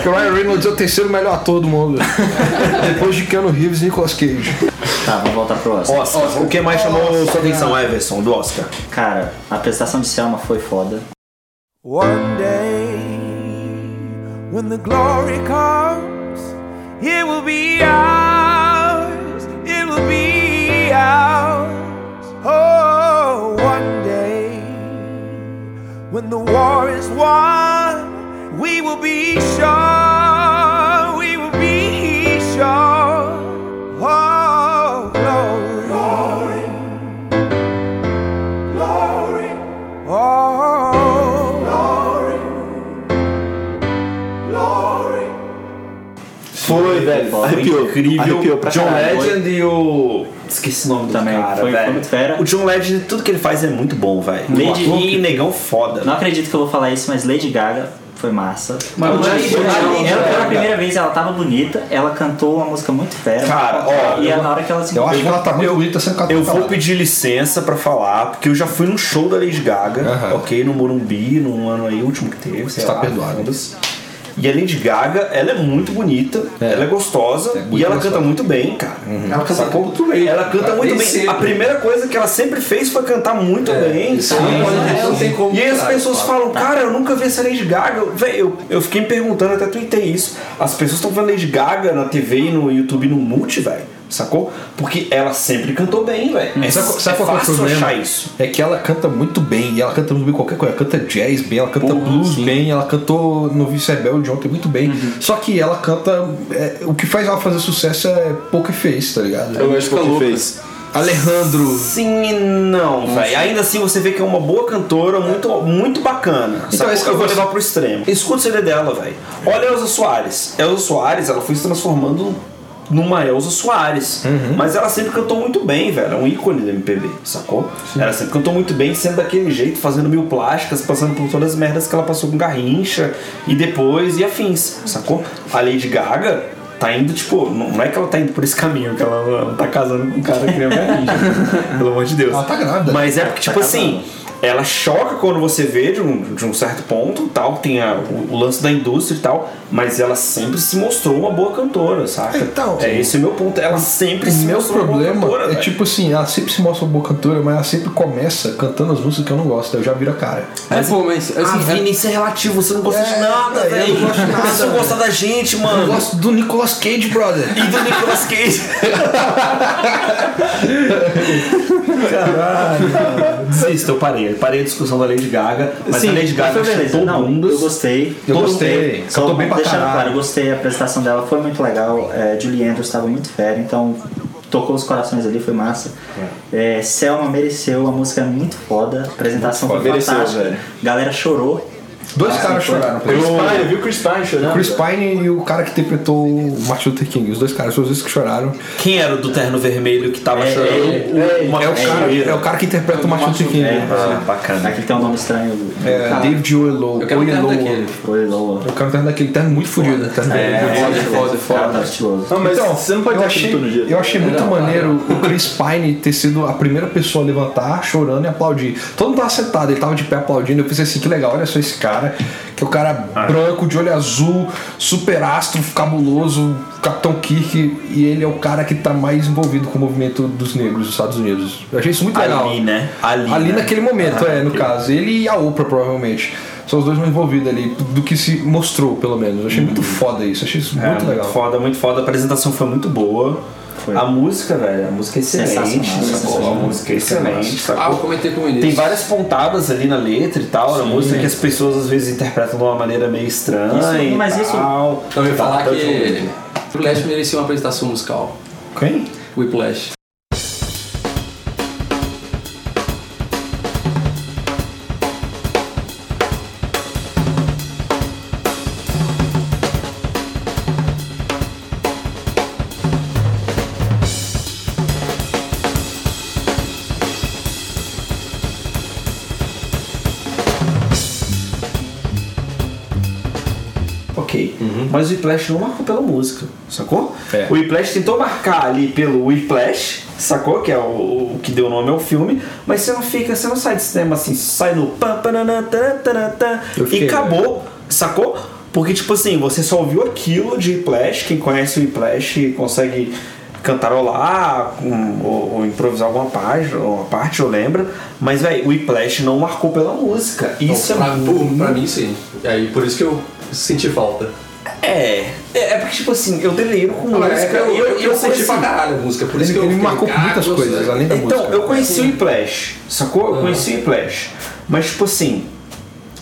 Speaker 4: Que o Ryan Reynolds é o terceiro melhor ator do mundo. Depois de Keanu Reeves e Nicolas Cage.
Speaker 5: Tá, vamos voltar pro Oscar.
Speaker 7: Oscar. O que mais chamou sua atenção, Everson, do Oscar?
Speaker 5: Cara, a apresentação de Selma foi foda.
Speaker 9: One day, when the glory comes, it will be ours. It will be ours. Oh, one day, when the war is won, we will be sure. We will be sure. Oh, glory, glory, glory. Oh, glory, glory.
Speaker 6: foi, velho. Arrepiou. Arrepiou pra
Speaker 7: John
Speaker 6: caralho.
Speaker 7: Legend e o. Esqueci o nome do
Speaker 5: Também,
Speaker 7: cara,
Speaker 5: foi- foi
Speaker 7: velho.
Speaker 5: muito fera.
Speaker 7: O John Legend, tudo que ele faz é muito bom, velho.
Speaker 5: Lady
Speaker 7: Um ator
Speaker 5: Di-
Speaker 7: e negão foda.
Speaker 5: Não acredito que eu vou falar isso, mas Lady Gaga foi massa.
Speaker 7: Mas não é isso, não,
Speaker 5: ela, pela
Speaker 7: cara.
Speaker 5: primeira vez, ela tava bonita, ela cantou uma música muito fera.
Speaker 7: Cara, ó,
Speaker 5: E é na hora que ela se
Speaker 4: Eu acho que ela tá muito bonita sendo católica.
Speaker 7: Eu vou pedir licença pra falar, porque eu já fui num show da Lady Gaga,
Speaker 4: Aham.
Speaker 7: ok? No Morumbi, num ano aí, último que teve, sei
Speaker 4: Está
Speaker 7: lá,
Speaker 4: perdoado.
Speaker 7: foda-se. E a Lady Gaga, ela é muito bonita, ela é gostosa e ela canta muito bem, cara.
Speaker 1: Ela canta
Speaker 7: Sacou?
Speaker 1: muito bem.
Speaker 7: Ela canta
Speaker 1: Ela
Speaker 7: muito
Speaker 1: tem
Speaker 7: bem.
Speaker 1: sempre.
Speaker 7: A primeira coisa que ela sempre fez foi cantar muito bem.
Speaker 1: isso aí,
Speaker 7: Sim.
Speaker 1: não tem como
Speaker 7: E aí as
Speaker 1: tirar,
Speaker 7: pessoas
Speaker 1: claro.
Speaker 7: falam,
Speaker 4: Tá.
Speaker 7: cara, eu nunca vi essa Lady Gaga. Véi, eu, eu fiquei me perguntando, até tuitei isso. As pessoas estão vendo Lady Gaga na TV e no YouTube no multi, velho. Sacou? Porque ela sempre cantou bem, velho. É,
Speaker 4: Sabe, qual- sabe
Speaker 7: é
Speaker 4: qual que é o
Speaker 7: fácil
Speaker 4: problema?
Speaker 7: achar isso.
Speaker 4: É que ela canta muito bem, e ela canta muito bem qualquer coisa. Ela canta jazz bem, ela canta blues bem, ela cantou no Vice Rebelde ontem muito bem.
Speaker 7: Uhum.
Speaker 4: Só que ela canta. é, o que faz ela fazer sucesso é pouco e fez, tá
Speaker 7: É,
Speaker 4: ligado?
Speaker 3: Eu acho que
Speaker 6: Pouco
Speaker 3: louco.
Speaker 6: fez.
Speaker 4: Alejandro.
Speaker 7: Sim e não, velho. Ainda assim você vê que é uma boa cantora, muito, muito bacana.
Speaker 4: Então,
Speaker 7: Sabe?
Speaker 4: é isso que
Speaker 7: eu
Speaker 4: eu
Speaker 7: vou
Speaker 4: gosto.
Speaker 7: levar pro extremo. Escuta o CD dela, velho. Olha a Elza Soares. Elza Soares, ela foi se transformando numa Elza Soares.
Speaker 4: Uhum.
Speaker 7: Mas ela sempre cantou muito bem, velho. É um ícone do MPB, sacou? Ela sempre cantou muito bem, sendo daquele jeito, fazendo mil plásticas, passando por todas as merdas que ela passou com Garrincha e depois e afins, sacou? A Lady Gaga. Tá indo, tipo, não não é que ela tá indo por esse caminho, que ela não tá casando com um cara que nem o Garrincha. pelo amor de Deus.
Speaker 4: Ela tá grávida.
Speaker 7: Mas é porque, tipo assim, ela choca quando você vê de um, de um certo ponto, tal, tem a- o, o lance da indústria e tal, mas ela sempre se mostrou uma boa cantora, saca?
Speaker 4: Então,
Speaker 7: é esse o meu ponto. Ela sempre
Speaker 4: O
Speaker 7: se
Speaker 4: meu
Speaker 7: mostrou uma
Speaker 4: problema
Speaker 7: boa cantora,
Speaker 4: é
Speaker 7: velho.
Speaker 4: tipo assim, ela sempre se mostra uma boa cantora, mas ela sempre começa cantando as músicas que eu não gosto, daí eu já viro a cara.
Speaker 3: É, pô, mas
Speaker 7: Ah,
Speaker 3: assim,
Speaker 4: né?
Speaker 7: Vini, isso é relativo, você não gosta
Speaker 4: É,
Speaker 7: de nada,
Speaker 4: eu
Speaker 7: velho.
Speaker 4: não gosto de nada,
Speaker 7: Você não gosta da gente, mano.
Speaker 4: gosto do Nicolas Cage, brother.
Speaker 7: E do Nicolas Cage. Caralho. Desisto, eu parei. Eu parei a discussão da Lady Gaga, mas
Speaker 5: Sim,
Speaker 7: a Lady
Speaker 5: mas
Speaker 7: Gaga
Speaker 5: foi beleza.
Speaker 7: chutou
Speaker 5: Não,
Speaker 7: bundas.
Speaker 5: Eu gostei.
Speaker 4: Eu
Speaker 5: Todo
Speaker 4: gostei.
Speaker 5: mundo- Só
Speaker 4: Cantou bem pra
Speaker 5: deixando
Speaker 4: caralho.
Speaker 5: claro, eu gostei. A apresentação dela foi muito legal. É, Julie Andrews estava muito fera, então tocou os corações ali, foi massa. É, Selma mereceu, a música é muito foda. A apresentação foi
Speaker 6: Mereceu,
Speaker 5: fantástica.
Speaker 6: velho.
Speaker 5: Galera chorou.
Speaker 4: Dois
Speaker 7: Ah,
Speaker 4: caras choraram.
Speaker 6: Chris Pine, eu vi o Chris Pine chorando.
Speaker 4: Chris Pine e o cara que interpretou o Martin Luther King. Os dois caras, os dois que choraram.
Speaker 7: Quem era o do terno vermelho que tava
Speaker 5: É,
Speaker 7: chorando?
Speaker 5: é, é,
Speaker 7: Uma-
Speaker 4: É o cara,
Speaker 7: Cachoeira.
Speaker 4: é o cara que interpreta o Martin Luther King.
Speaker 7: Ah, bacana.
Speaker 5: Aqui tem um nome estranho. do-
Speaker 4: É, David Oyelowo.
Speaker 8: Eu quero um terno
Speaker 4: Oyelowo.
Speaker 8: daquele. É.
Speaker 5: Foi Lola.
Speaker 4: Eu quero um terno daquele terno muito fodido. terno vermelho.
Speaker 3: foda, foda,
Speaker 5: Cara, tá
Speaker 3: foda.
Speaker 5: estiloso.
Speaker 6: Não, mas
Speaker 4: Então,
Speaker 6: você não pode
Speaker 4: eu
Speaker 6: ter
Speaker 4: achei,
Speaker 6: tudo no dia. É,
Speaker 4: eu achei muito maneiro o Chris Pine ter sido a primeira pessoa a levantar, chorando e aplaudir. Todo mundo tava sentado, ele tava de pé aplaudindo. Eu pensei assim, que legal, olha só esse cara, que é o cara
Speaker 6: Ah.
Speaker 4: branco, de olho azul, super astro, cabuloso, Capitão Kirk, e ele é o cara que tá mais envolvido com o movimento dos negros dos Estados Unidos. Eu achei isso muito legal.
Speaker 7: Ali, né?
Speaker 4: Ali,
Speaker 7: né?
Speaker 4: naquele momento,
Speaker 6: Ah,
Speaker 4: é, no caso. Ele e a Oprah, provavelmente. São os dois mais envolvidos ali, do que se mostrou, pelo menos. Eu achei
Speaker 6: Uhum.
Speaker 4: muito foda isso, achei isso
Speaker 7: É,
Speaker 4: muito legal.
Speaker 7: foda, muito foda. A apresentação foi muito boa.
Speaker 5: Foi.
Speaker 7: A música, velho, a música é excelente,
Speaker 5: Sensacional,
Speaker 7: sacou? A
Speaker 5: sensacional.
Speaker 7: música é excelente,
Speaker 8: Ah, eu
Speaker 7: sacou?
Speaker 8: comentei com o Vinícius.
Speaker 7: Tem várias pontadas ali na letra e tal, na música que as pessoas às vezes interpretam de uma maneira meio estranha.
Speaker 5: Isso,
Speaker 7: e
Speaker 5: mas isso-
Speaker 7: tal.
Speaker 8: Então, Eu ia falar
Speaker 7: Tá, tá
Speaker 8: que o Whiplash merecia uma apresentação musical.
Speaker 7: Quem?
Speaker 8: Whiplash.
Speaker 7: Ok. Mas o Whiplash não marcou pela música, sacou? O Whiplash tentou marcar ali pelo Whiplash, sacou? Que é o, o que deu nome ao filme, mas você não fica, você não sai de cinema assim, sai no pam, pananã, tan, tan, tan,
Speaker 4: Eu
Speaker 7: e
Speaker 4: fiquei,
Speaker 7: acabou, sacou? Porque, tipo assim, você só ouviu aquilo de Whiplash, quem conhece o Whiplash consegue cantarolar um, ou, ou improvisar alguma página, uma parte, eu lembro, mas, velho, o Whiplash não marcou pela música. Isso
Speaker 8: pra,
Speaker 7: é
Speaker 8: mim, pra mim, sim. E aí, por isso que eu senti falta.
Speaker 7: é, é, é porque, tipo assim, eu deleiro com
Speaker 8: Não,
Speaker 7: música.
Speaker 8: é que eu, eu, eu curti pra caralho a música, por isso
Speaker 4: Ele,
Speaker 8: que eu
Speaker 4: ele
Speaker 8: fiquei,
Speaker 4: marcou
Speaker 8: cara,
Speaker 4: muitas
Speaker 8: gostei.
Speaker 4: coisas, além da música.
Speaker 7: Então, eu conheci o Implash, sacou? Eu conheci o Implash. Mas, tipo assim,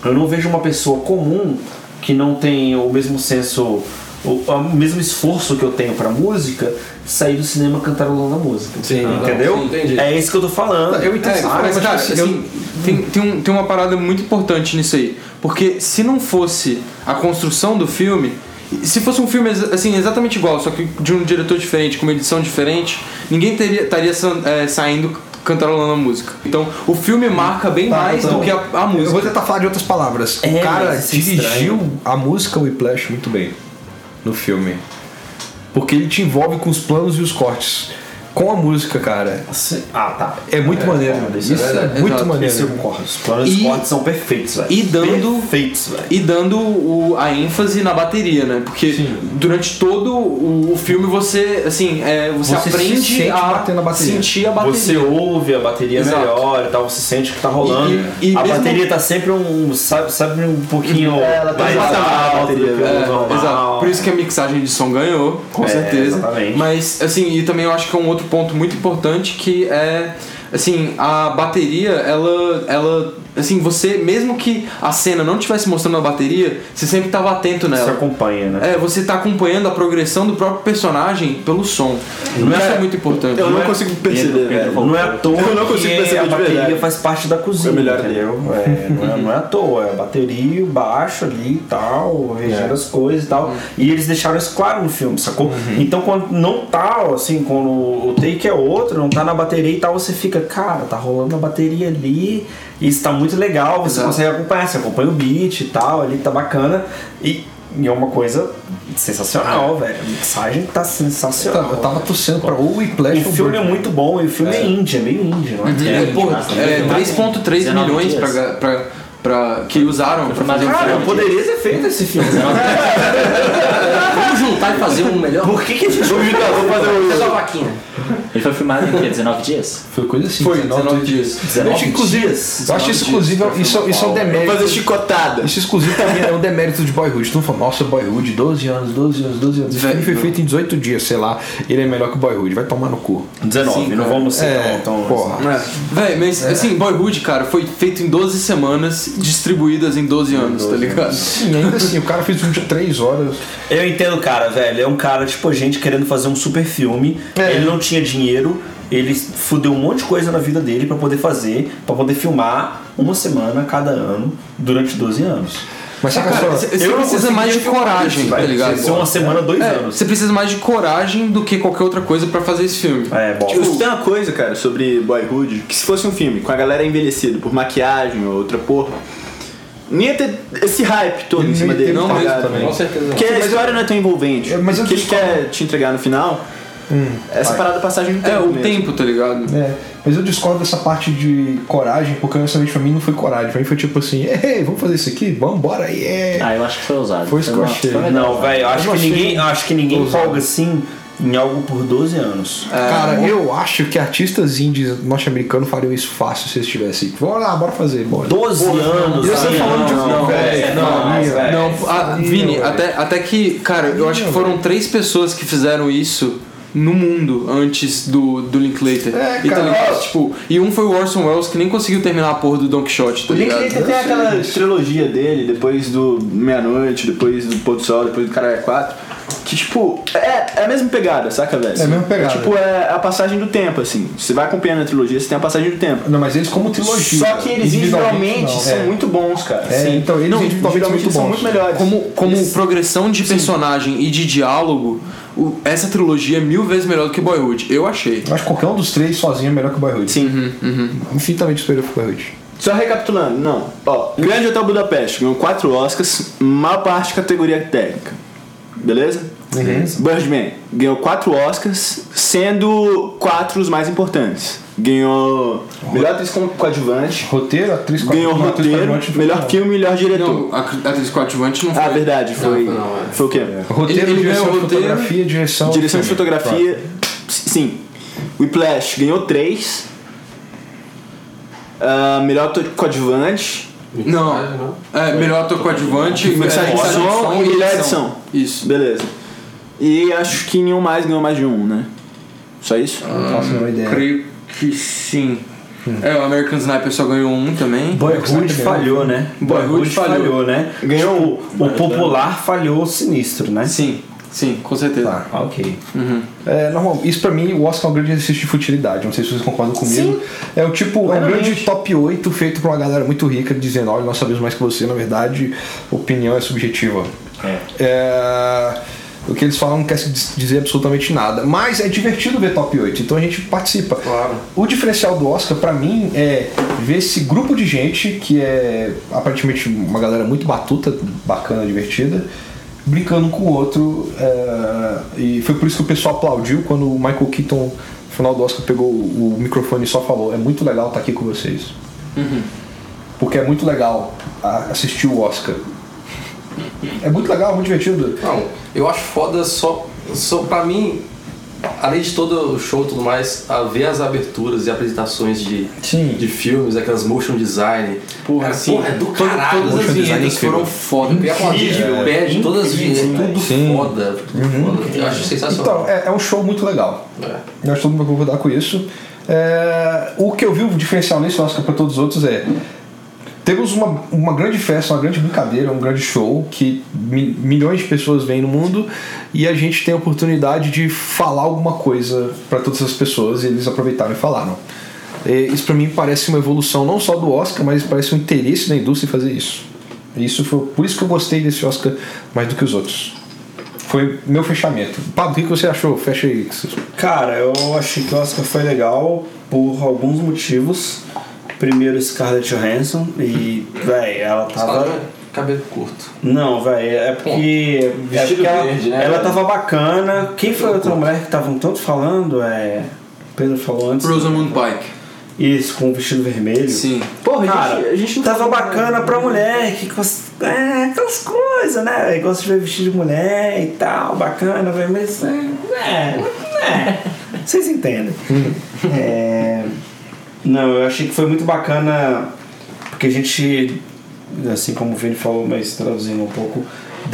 Speaker 7: eu não vejo uma pessoa comum que não tem o mesmo senso, o, o mesmo esforço que eu tenho pra música, sair do cinema cantarolando a música.
Speaker 8: Sim, não,
Speaker 7: entendeu?
Speaker 8: sim, entendi.
Speaker 7: É isso que eu tô falando.
Speaker 4: Eu entendo
Speaker 3: É,
Speaker 4: essa
Speaker 3: cara, mas,
Speaker 4: mas, tipo
Speaker 3: cara,
Speaker 4: assim,
Speaker 3: assim, tem, tem, um- tem uma parada muito importante nisso aí. Porque se não fosse a construção do filme, se fosse um filme exa- assim, exatamente igual, só que de um diretor diferente, com uma edição diferente, ninguém teria, estaria sa- é, saindo cantarolando a música. Então o filme marca bem
Speaker 4: Tá,
Speaker 3: mais
Speaker 4: então,
Speaker 3: do que a, a
Speaker 4: eu, eu
Speaker 3: música.
Speaker 4: vou tentar falar de outras palavras.
Speaker 7: É,
Speaker 4: o cara
Speaker 7: mas isso é
Speaker 4: dirigiu a música Whiplash muito bem no filme. Porque ele te envolve com os planos e os cortes. com a música, cara.
Speaker 7: Ah, tá.
Speaker 4: É muito maneiro. Isso, é,
Speaker 3: verdade.
Speaker 4: muito
Speaker 3: Exato.
Speaker 4: maneiro.
Speaker 7: Isso eu concordo. Os planos
Speaker 3: E-
Speaker 7: de cortes são perfeitos, velho.
Speaker 3: e dando-
Speaker 7: Perfeitos, velho.
Speaker 3: E dando o- a ênfase na bateria, né? Porque durante todo o, o filme você, assim, é, você,
Speaker 4: Você se
Speaker 3: aprende
Speaker 4: sente
Speaker 3: a
Speaker 4: batendo a bateria.
Speaker 3: sentir a bateria.
Speaker 7: Você ouve a bateria
Speaker 3: Exato.
Speaker 7: melhor e tal, você sente o que tá rolando.
Speaker 3: E- e- e
Speaker 7: a
Speaker 3: mesmo-
Speaker 7: bateria tá sempre um. Sabe, sabe um pouquinho.
Speaker 6: É, ela tá
Speaker 7: mais
Speaker 6: exatamente,
Speaker 7: alta
Speaker 6: a bateria,
Speaker 7: do que o
Speaker 3: É,
Speaker 7: normal.
Speaker 3: exato. Por isso que a mixagem de som ganhou, com
Speaker 7: É,
Speaker 3: certeza.
Speaker 7: exatamente.
Speaker 3: Mas, assim, e também eu acho que é um outro ponto muito importante que é, assim, a bateria, ela, ela, assim, você, mesmo que a cena não estivesse mostrando a bateria, você sempre estava atento
Speaker 7: Você
Speaker 3: nela.
Speaker 7: acompanha, né?
Speaker 3: É, você tá acompanhando a progressão do próprio personagem pelo som. Isso é muito importante.
Speaker 6: Eu não consigo perceber, velho.
Speaker 7: Não é à toa
Speaker 6: Eu não consigo
Speaker 7: que
Speaker 6: perceber
Speaker 7: a
Speaker 6: de
Speaker 7: bateria
Speaker 6: verdade.
Speaker 7: faz parte da cozinha,
Speaker 6: É melhor
Speaker 7: entendeu? É, não, é, não é à toa, é a bateria, o baixo ali e tal, regendo as coisas e tal. E eles deixaram isso claro no filme, sacou? Então quando não tá, assim, quando o take é outro, não tá na bateria e tal, você fica, cara, tá rolando a bateria ali, e isso tá muito legal, você
Speaker 3: Exato.
Speaker 7: consegue acompanhar, você acompanha o beat e tal, ali tá bacana. E, e é uma coisa sensacional, velho. A mixagem Ah. tá
Speaker 4: Eu
Speaker 7: sensacional.
Speaker 4: tava- eu tava tossendo pra ou Whiplash
Speaker 7: O
Speaker 4: ou
Speaker 7: filme é
Speaker 4: Birdman.
Speaker 7: muito bom, e o filme é, indie, é meio indie, não é?
Speaker 3: É, porra,
Speaker 5: demais,
Speaker 3: é,
Speaker 5: demais.
Speaker 3: 3.3
Speaker 5: 19
Speaker 3: milhões pra,
Speaker 5: dias.
Speaker 3: ga- pra, pra, que usaram pra fazer o
Speaker 5: Cara,
Speaker 7: Cara,
Speaker 3: filme.
Speaker 7: eu poderia ter feito esse filme.
Speaker 1: Vamos juntar e fazer um melhor.
Speaker 7: Por que, que a gente não viu
Speaker 1: Fazer uma vaquinha.
Speaker 5: Ele foi filmado em o quê? 19 dias?
Speaker 4: Foi coisa assim.
Speaker 3: Foi,
Speaker 4: 19
Speaker 3: 19 dias.
Speaker 4: Eu acho, inclusive, eu acho isso, inclusive, isso, isso é um
Speaker 6: Fazer
Speaker 4: demérito.
Speaker 6: chicotada.
Speaker 4: Isso, exclusivo também é um demérito de Boyhood. Não fala, nossa, Boyhood, 12 anos, 12 anos, 12 anos. Esse filme foi feito em 18 dias, sei lá. Ele é melhor que Boyhood, vai tomar no cu.
Speaker 7: 19,
Speaker 3: Sim,
Speaker 7: não
Speaker 3: cara.
Speaker 7: vamos ser
Speaker 4: É,
Speaker 7: tão, assim. tão-
Speaker 4: porra.
Speaker 3: É. Véi, mas assim, Boyhood, cara, foi feito em 12 semanas, distribuídas em 12 anos, tá ligado?
Speaker 4: Sim, ainda assim, o cara fez um de 3 horas.
Speaker 7: Eu entendo, o cara, velho. É um cara, tipo, a gente querendo fazer um super filme.
Speaker 4: É.
Speaker 7: Ele não tinha dinheiro. Ele fudeu um monte de coisa na vida dele pra poder fazer, pra poder filmar uma semana cada ano durante 12 anos.
Speaker 4: Mas saca
Speaker 3: Cara,
Speaker 4: só.
Speaker 3: você você
Speaker 7: Eu não
Speaker 3: precisa
Speaker 7: conseguiria
Speaker 3: mais de
Speaker 7: filmar
Speaker 3: coragem,
Speaker 7: isso,
Speaker 3: tá
Speaker 7: velho.
Speaker 3: ligado?
Speaker 7: Isso é uma semana, dois
Speaker 3: É,
Speaker 7: anos.
Speaker 3: você precisa mais de coragem do que qualquer outra coisa pra fazer esse filme.
Speaker 7: É, bom.
Speaker 6: Tipo, tem uma coisa, cara, sobre Boyhood, que se fosse um filme com a galera envelhecida por maquiagem ou outra porra, nem ia ter esse hype todo em cima dele,
Speaker 3: não
Speaker 6: tá
Speaker 3: mesmo
Speaker 6: ligado?
Speaker 3: também. Com certeza não.
Speaker 6: Porque a história não é tão envolvente.
Speaker 4: É, mas eu
Speaker 6: o que ele quer te entregar no final, essa parada da passagem do tempo
Speaker 3: É, o
Speaker 6: mesmo.
Speaker 3: tempo, tá ligado?
Speaker 4: É, mas eu discordo dessa parte de coragem, porque honestamente pra mim não foi coragem. Pra mim foi tipo assim, ei, vamos fazer isso aqui? Vamos, bora aí. é."
Speaker 5: Ah, eu acho que foi usado.
Speaker 4: Foi isso que eu
Speaker 5: uma-
Speaker 4: achei.
Speaker 5: foi legal,
Speaker 7: Não, velho, acho
Speaker 4: não
Speaker 7: que
Speaker 4: achei
Speaker 7: ninguém, acho que ninguém
Speaker 4: ousado.
Speaker 7: folga assim em algo por 12 anos.
Speaker 3: Ah, é.
Speaker 4: Cara, eu acho que artistas indies norte-americanos fariam isso fácil se eles tivessem. Vamos lá, bora fazer, bora.
Speaker 7: 12 anos,
Speaker 4: eu sei
Speaker 7: velho.
Speaker 4: falando de
Speaker 7: Não,
Speaker 4: velho, não,
Speaker 7: mas, um velho.
Speaker 3: Não, a- Ah, Vini,
Speaker 4: velho.
Speaker 3: até, até que, cara, eu acho que foram três pessoas que fizeram isso no mundo antes do, do Linklater.
Speaker 4: É,
Speaker 3: E tá
Speaker 4: cara.
Speaker 3: ligado? tipo, e um foi o Orson Welles que nem conseguiu terminar a porra do Don Quixote, tá
Speaker 6: O Link
Speaker 3: ligado?
Speaker 6: Later tem aquela trilogia dele, depois do Meia-Noite, depois do Pôr do Sol, depois do Caralho 4. Que, tipo, é, é a mesma pegada, saca, velho?
Speaker 4: É a mesma pegada.
Speaker 6: Tipo, é a passagem do tempo, assim. Você vai acompanhando a trilogia, você tem a passagem do tempo.
Speaker 4: Não, mas eles como trilogia.
Speaker 6: Só que eles individualmente
Speaker 4: não.
Speaker 6: são
Speaker 4: É.
Speaker 6: muito bons, cara.
Speaker 4: É,
Speaker 6: Sim.
Speaker 4: então, eles
Speaker 6: Não,
Speaker 4: individualmente são muito
Speaker 6: são
Speaker 4: bons.
Speaker 6: muito melhores.
Speaker 3: Como, como progressão de personagem e de diálogo, o- essa trilogia é mil vezes melhor do que Boyhood, eu achei.
Speaker 4: Eu acho que qualquer um dos três sozinho é melhor que o Boyhood.
Speaker 6: Sim. uhum.
Speaker 4: Infinitamente superior que o Boyhood.
Speaker 6: Só recapitulando, não. Ó, Grande Hotel Budapeste ganhou 4 Oscars, maior parte categoria técnica. Beleza? Birdman ganhou 4 Oscars, sendo 4 os mais importantes. Ganhou melhor atriz com- coadjuvante,
Speaker 4: Roteiro, atriz
Speaker 6: ganhou
Speaker 4: quadrinho, atriz
Speaker 6: roteiro,
Speaker 4: quadrinho,
Speaker 6: melhor
Speaker 4: não.
Speaker 6: filme, melhor diretor.
Speaker 3: Não, a atriz coadjuvante não foi.
Speaker 6: Ah, verdade, foi.
Speaker 8: Não, não, é.
Speaker 6: Foi o quê?
Speaker 4: Roteiro,
Speaker 3: Ele- ele
Speaker 4: direção
Speaker 3: ganhou
Speaker 4: de
Speaker 3: roteiro,
Speaker 4: fotografia, direção.
Speaker 6: Direção de
Speaker 4: filme.
Speaker 6: fotografia, sim. Whiplash ganhou 3. melhor ator coadjuvante,
Speaker 3: Não. É, melhor ator coadjuvante,
Speaker 6: Mixagem de
Speaker 3: é,
Speaker 6: som e melhor edição.
Speaker 3: Isso.
Speaker 6: Beleza. E acho que nenhum mais ganhou mais de um, né? Só isso?
Speaker 4: Não
Speaker 3: Ah.
Speaker 4: faço a menor ideia.
Speaker 3: Creio que sim.
Speaker 6: Hum.
Speaker 3: É, o American Sniper só ganhou um também.
Speaker 7: Boyhood falhou, né?
Speaker 3: Boyhood falhou.
Speaker 7: né? Ganhou o, o popular falhou sinistro, né?
Speaker 3: Sim, sim, com certeza.
Speaker 4: Tá.
Speaker 7: Ah, ok.
Speaker 4: É, normal, isso pra mim, o Oscar é um grande exercício de futilidade. Não sei se vocês concordam comigo. É o tipo, é um grande top 8 feito pra uma galera muito rica, dizendo: olha, nós sabemos mais que você. Na verdade, opinião é subjetiva. É, O que eles falam não quer se diz- dizer absolutamente nada. Mas é divertido ver top 8, então a gente participa.
Speaker 8: Claro.
Speaker 4: O diferencial do Oscar, pra mim, é ver esse grupo de gente que é aparentemente uma galera muito batuta, bacana, divertida. brincando com o outro. é, e foi por isso que o pessoal aplaudiu quando o Michael Keaton, no final do Oscar, pegou o microfone e só falou: É muito legal estar aqui com vocês. Porque é muito legal a- assistir o Oscar. É muito legal, muito divertido.
Speaker 1: Não, eu acho foda só, só pra mim, além de todo o show e tudo mais, a ver as aberturas e apresentações de,
Speaker 2: Sim.
Speaker 1: de filmes, aquelas motion design.
Speaker 3: Porra,
Speaker 1: Cara,
Speaker 3: assim,
Speaker 1: porra, é do
Speaker 3: todo-
Speaker 1: caralho.
Speaker 3: todas as
Speaker 2: Motion design
Speaker 3: vinhetas
Speaker 2: incrível.
Speaker 3: foram foda.
Speaker 1: Eu ia falar disso,
Speaker 3: Incrível,
Speaker 1: de pé, de todas as vinhetas, tudo
Speaker 2: Sim.
Speaker 1: foda. tudo foda. Eu acho sensacional.
Speaker 4: Então, é, é um show muito legal.
Speaker 1: É.
Speaker 4: Eu acho que todo mundo vai concordar com isso. É, o que eu vi o diferencial nesse Oscar para todos os outros é. Temos uma, uma grande festa, uma grande brincadeira, um grande show que mi- milhões de pessoas vêm no mundo e a gente tem a oportunidade de falar alguma coisa para todas as pessoas e eles aproveitaram e falaram. É, isso para mim parece uma evolução não só do Oscar, mas parece um interesse da indústria em fazer isso. E Isso foi por isso que eu gostei desse Oscar mais do que os outros. Foi meu fechamento. Pablo, o que que você achou? Fecha aí.
Speaker 7: Cara, eu achei que o Oscar foi legal por alguns motivos. Primeiro, Scarlett Johansson e, véi, ela
Speaker 1: Fala,
Speaker 7: tava.
Speaker 1: Cabelo curto.
Speaker 7: Não, véi, é porque. É
Speaker 8: Vestido
Speaker 7: porque ela,
Speaker 8: verde, né?
Speaker 7: ela tava bacana. Quem foi a outra mulher que estavam tanto falando? É. Pedro falou antes.
Speaker 3: Rosamund Pike.
Speaker 7: Isso, com o vestido vermelho.
Speaker 3: Sim.
Speaker 6: Porra,
Speaker 7: Cara,
Speaker 6: a gente, a gente não
Speaker 7: Tava bacana pra mulher, que gosta. É, aquelas coisas, né? velho? Gosta de ver vestido de mulher e tal, bacana, velho, mas. É, é, é. Vocês entendem. É, Hum. não, eu achei que foi muito bacana, porque a gente, assim como o Vini falou, mas traduzindo um pouco,